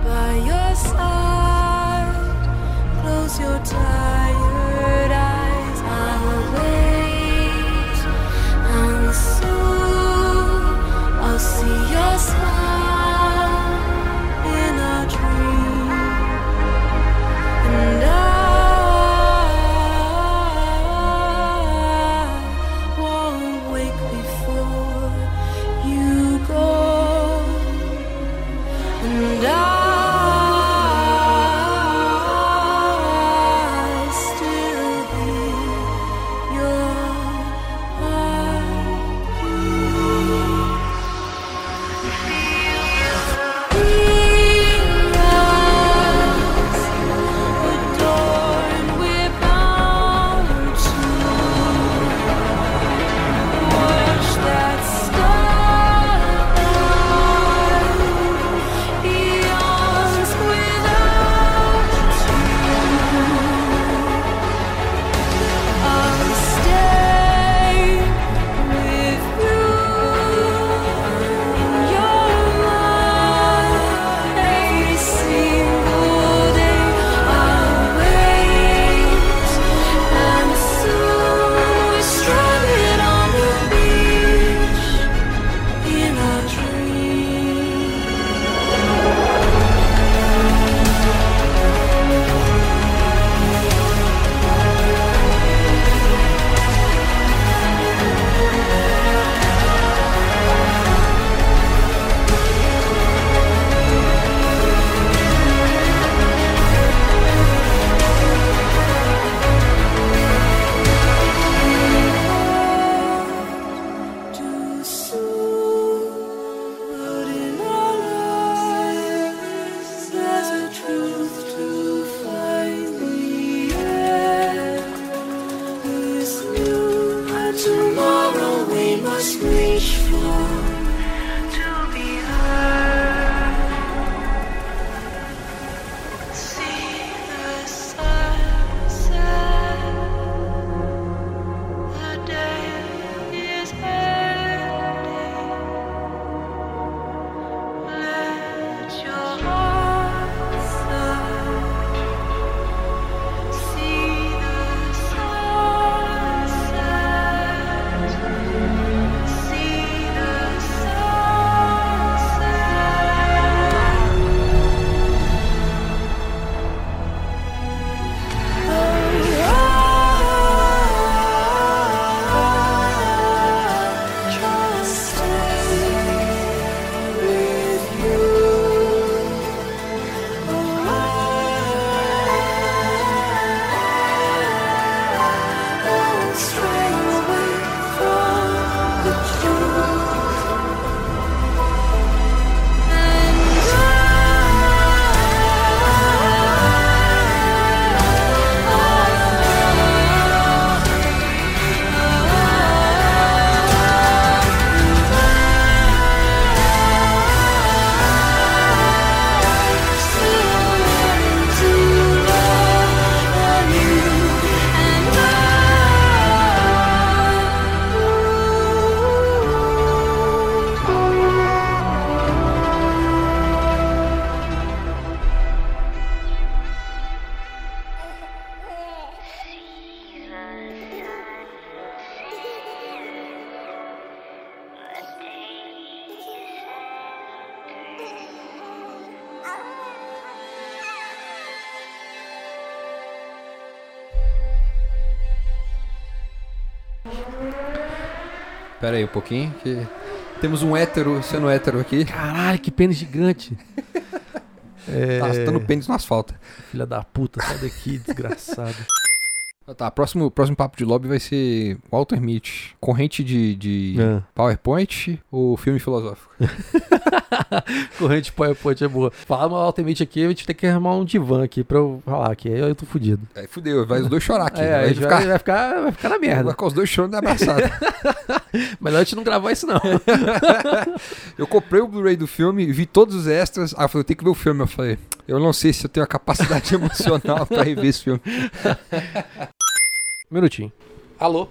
by your side. Close your tired eyes. I'll wait, and soon I'll see your smile in a dream. And I won't wake before you go. And I still be your heartbeat. adorned with bounty. Watch that starlight eons without you. I'll stay with you in your life every single day. I'll wait, and soon we're stranded on the beach in our dreams. Too soon, but in our lives there's a truth to find. The air is new, and tomorrow we must reach for to be heard. See the sunset. The day is ending. Let your heart soar. See the sunset. See the Pera aí um pouquinho, que temos um hétero sendo hétero aqui. Caralho, que pênis gigante. É, Tá Arrastando pênis no asfalto. Filha da puta, sai daqui, desgraçado. Ah, Tá, próximo, próximo papo de lobby vai ser Walter Mitty. Corrente de, de É. PowerPoint ou filme filosófico? Corrente PowerPoint é boa. Fala uma altamente aqui, a gente tem que arrumar um divã aqui pra eu falar aqui. Aí eu tô fudido. Aí É, fudeu, vai os dois chorar aqui. É, vai aí já- ficar, vai, ficar, vai ficar na vai merda. ficar os dois chorando e abraçado. Melhor a gente não gravar isso, não. Eu comprei o Blu-ray do filme, vi todos os extras. Aí eu falei, eu tenho que ver o filme. Eu falei, eu não sei se eu tenho a capacidade emocional pra rever esse filme. Minutinho. Alô?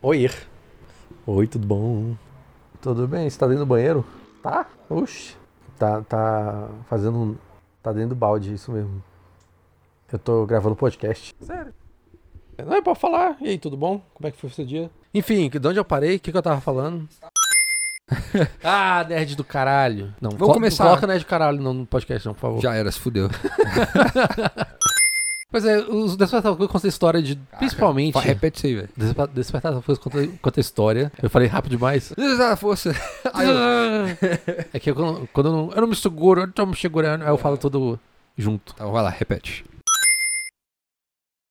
Oi. Oi, tudo bom? Tudo bem? Você tá dentro do banheiro? Tá? Oxi. Tá, tá fazendo um. Tá dentro do balde, isso mesmo. Eu tô gravando podcast. Sério? Não, é pra falar. E aí, tudo bom? Como é que foi o seu dia? Enfim, que- de onde eu parei? O que, que eu tava falando? ah, nerd do caralho. Não, Vamos colo- começar. Não coloca nerd do caralho no no podcast, não, por favor. Já era, se fudeu. Pois é, os Despertar da conta a história de. principalmente. Fa- Repete isso aí, velho. Despertar, Despertar das Forças conta, conta a história. Eu falei rápido demais. Ah, força. Aí eu- É que eu, quando eu não, eu não me seguro, eu não tô me segurando, aí eu falo tudo junto. Então vai lá, repete.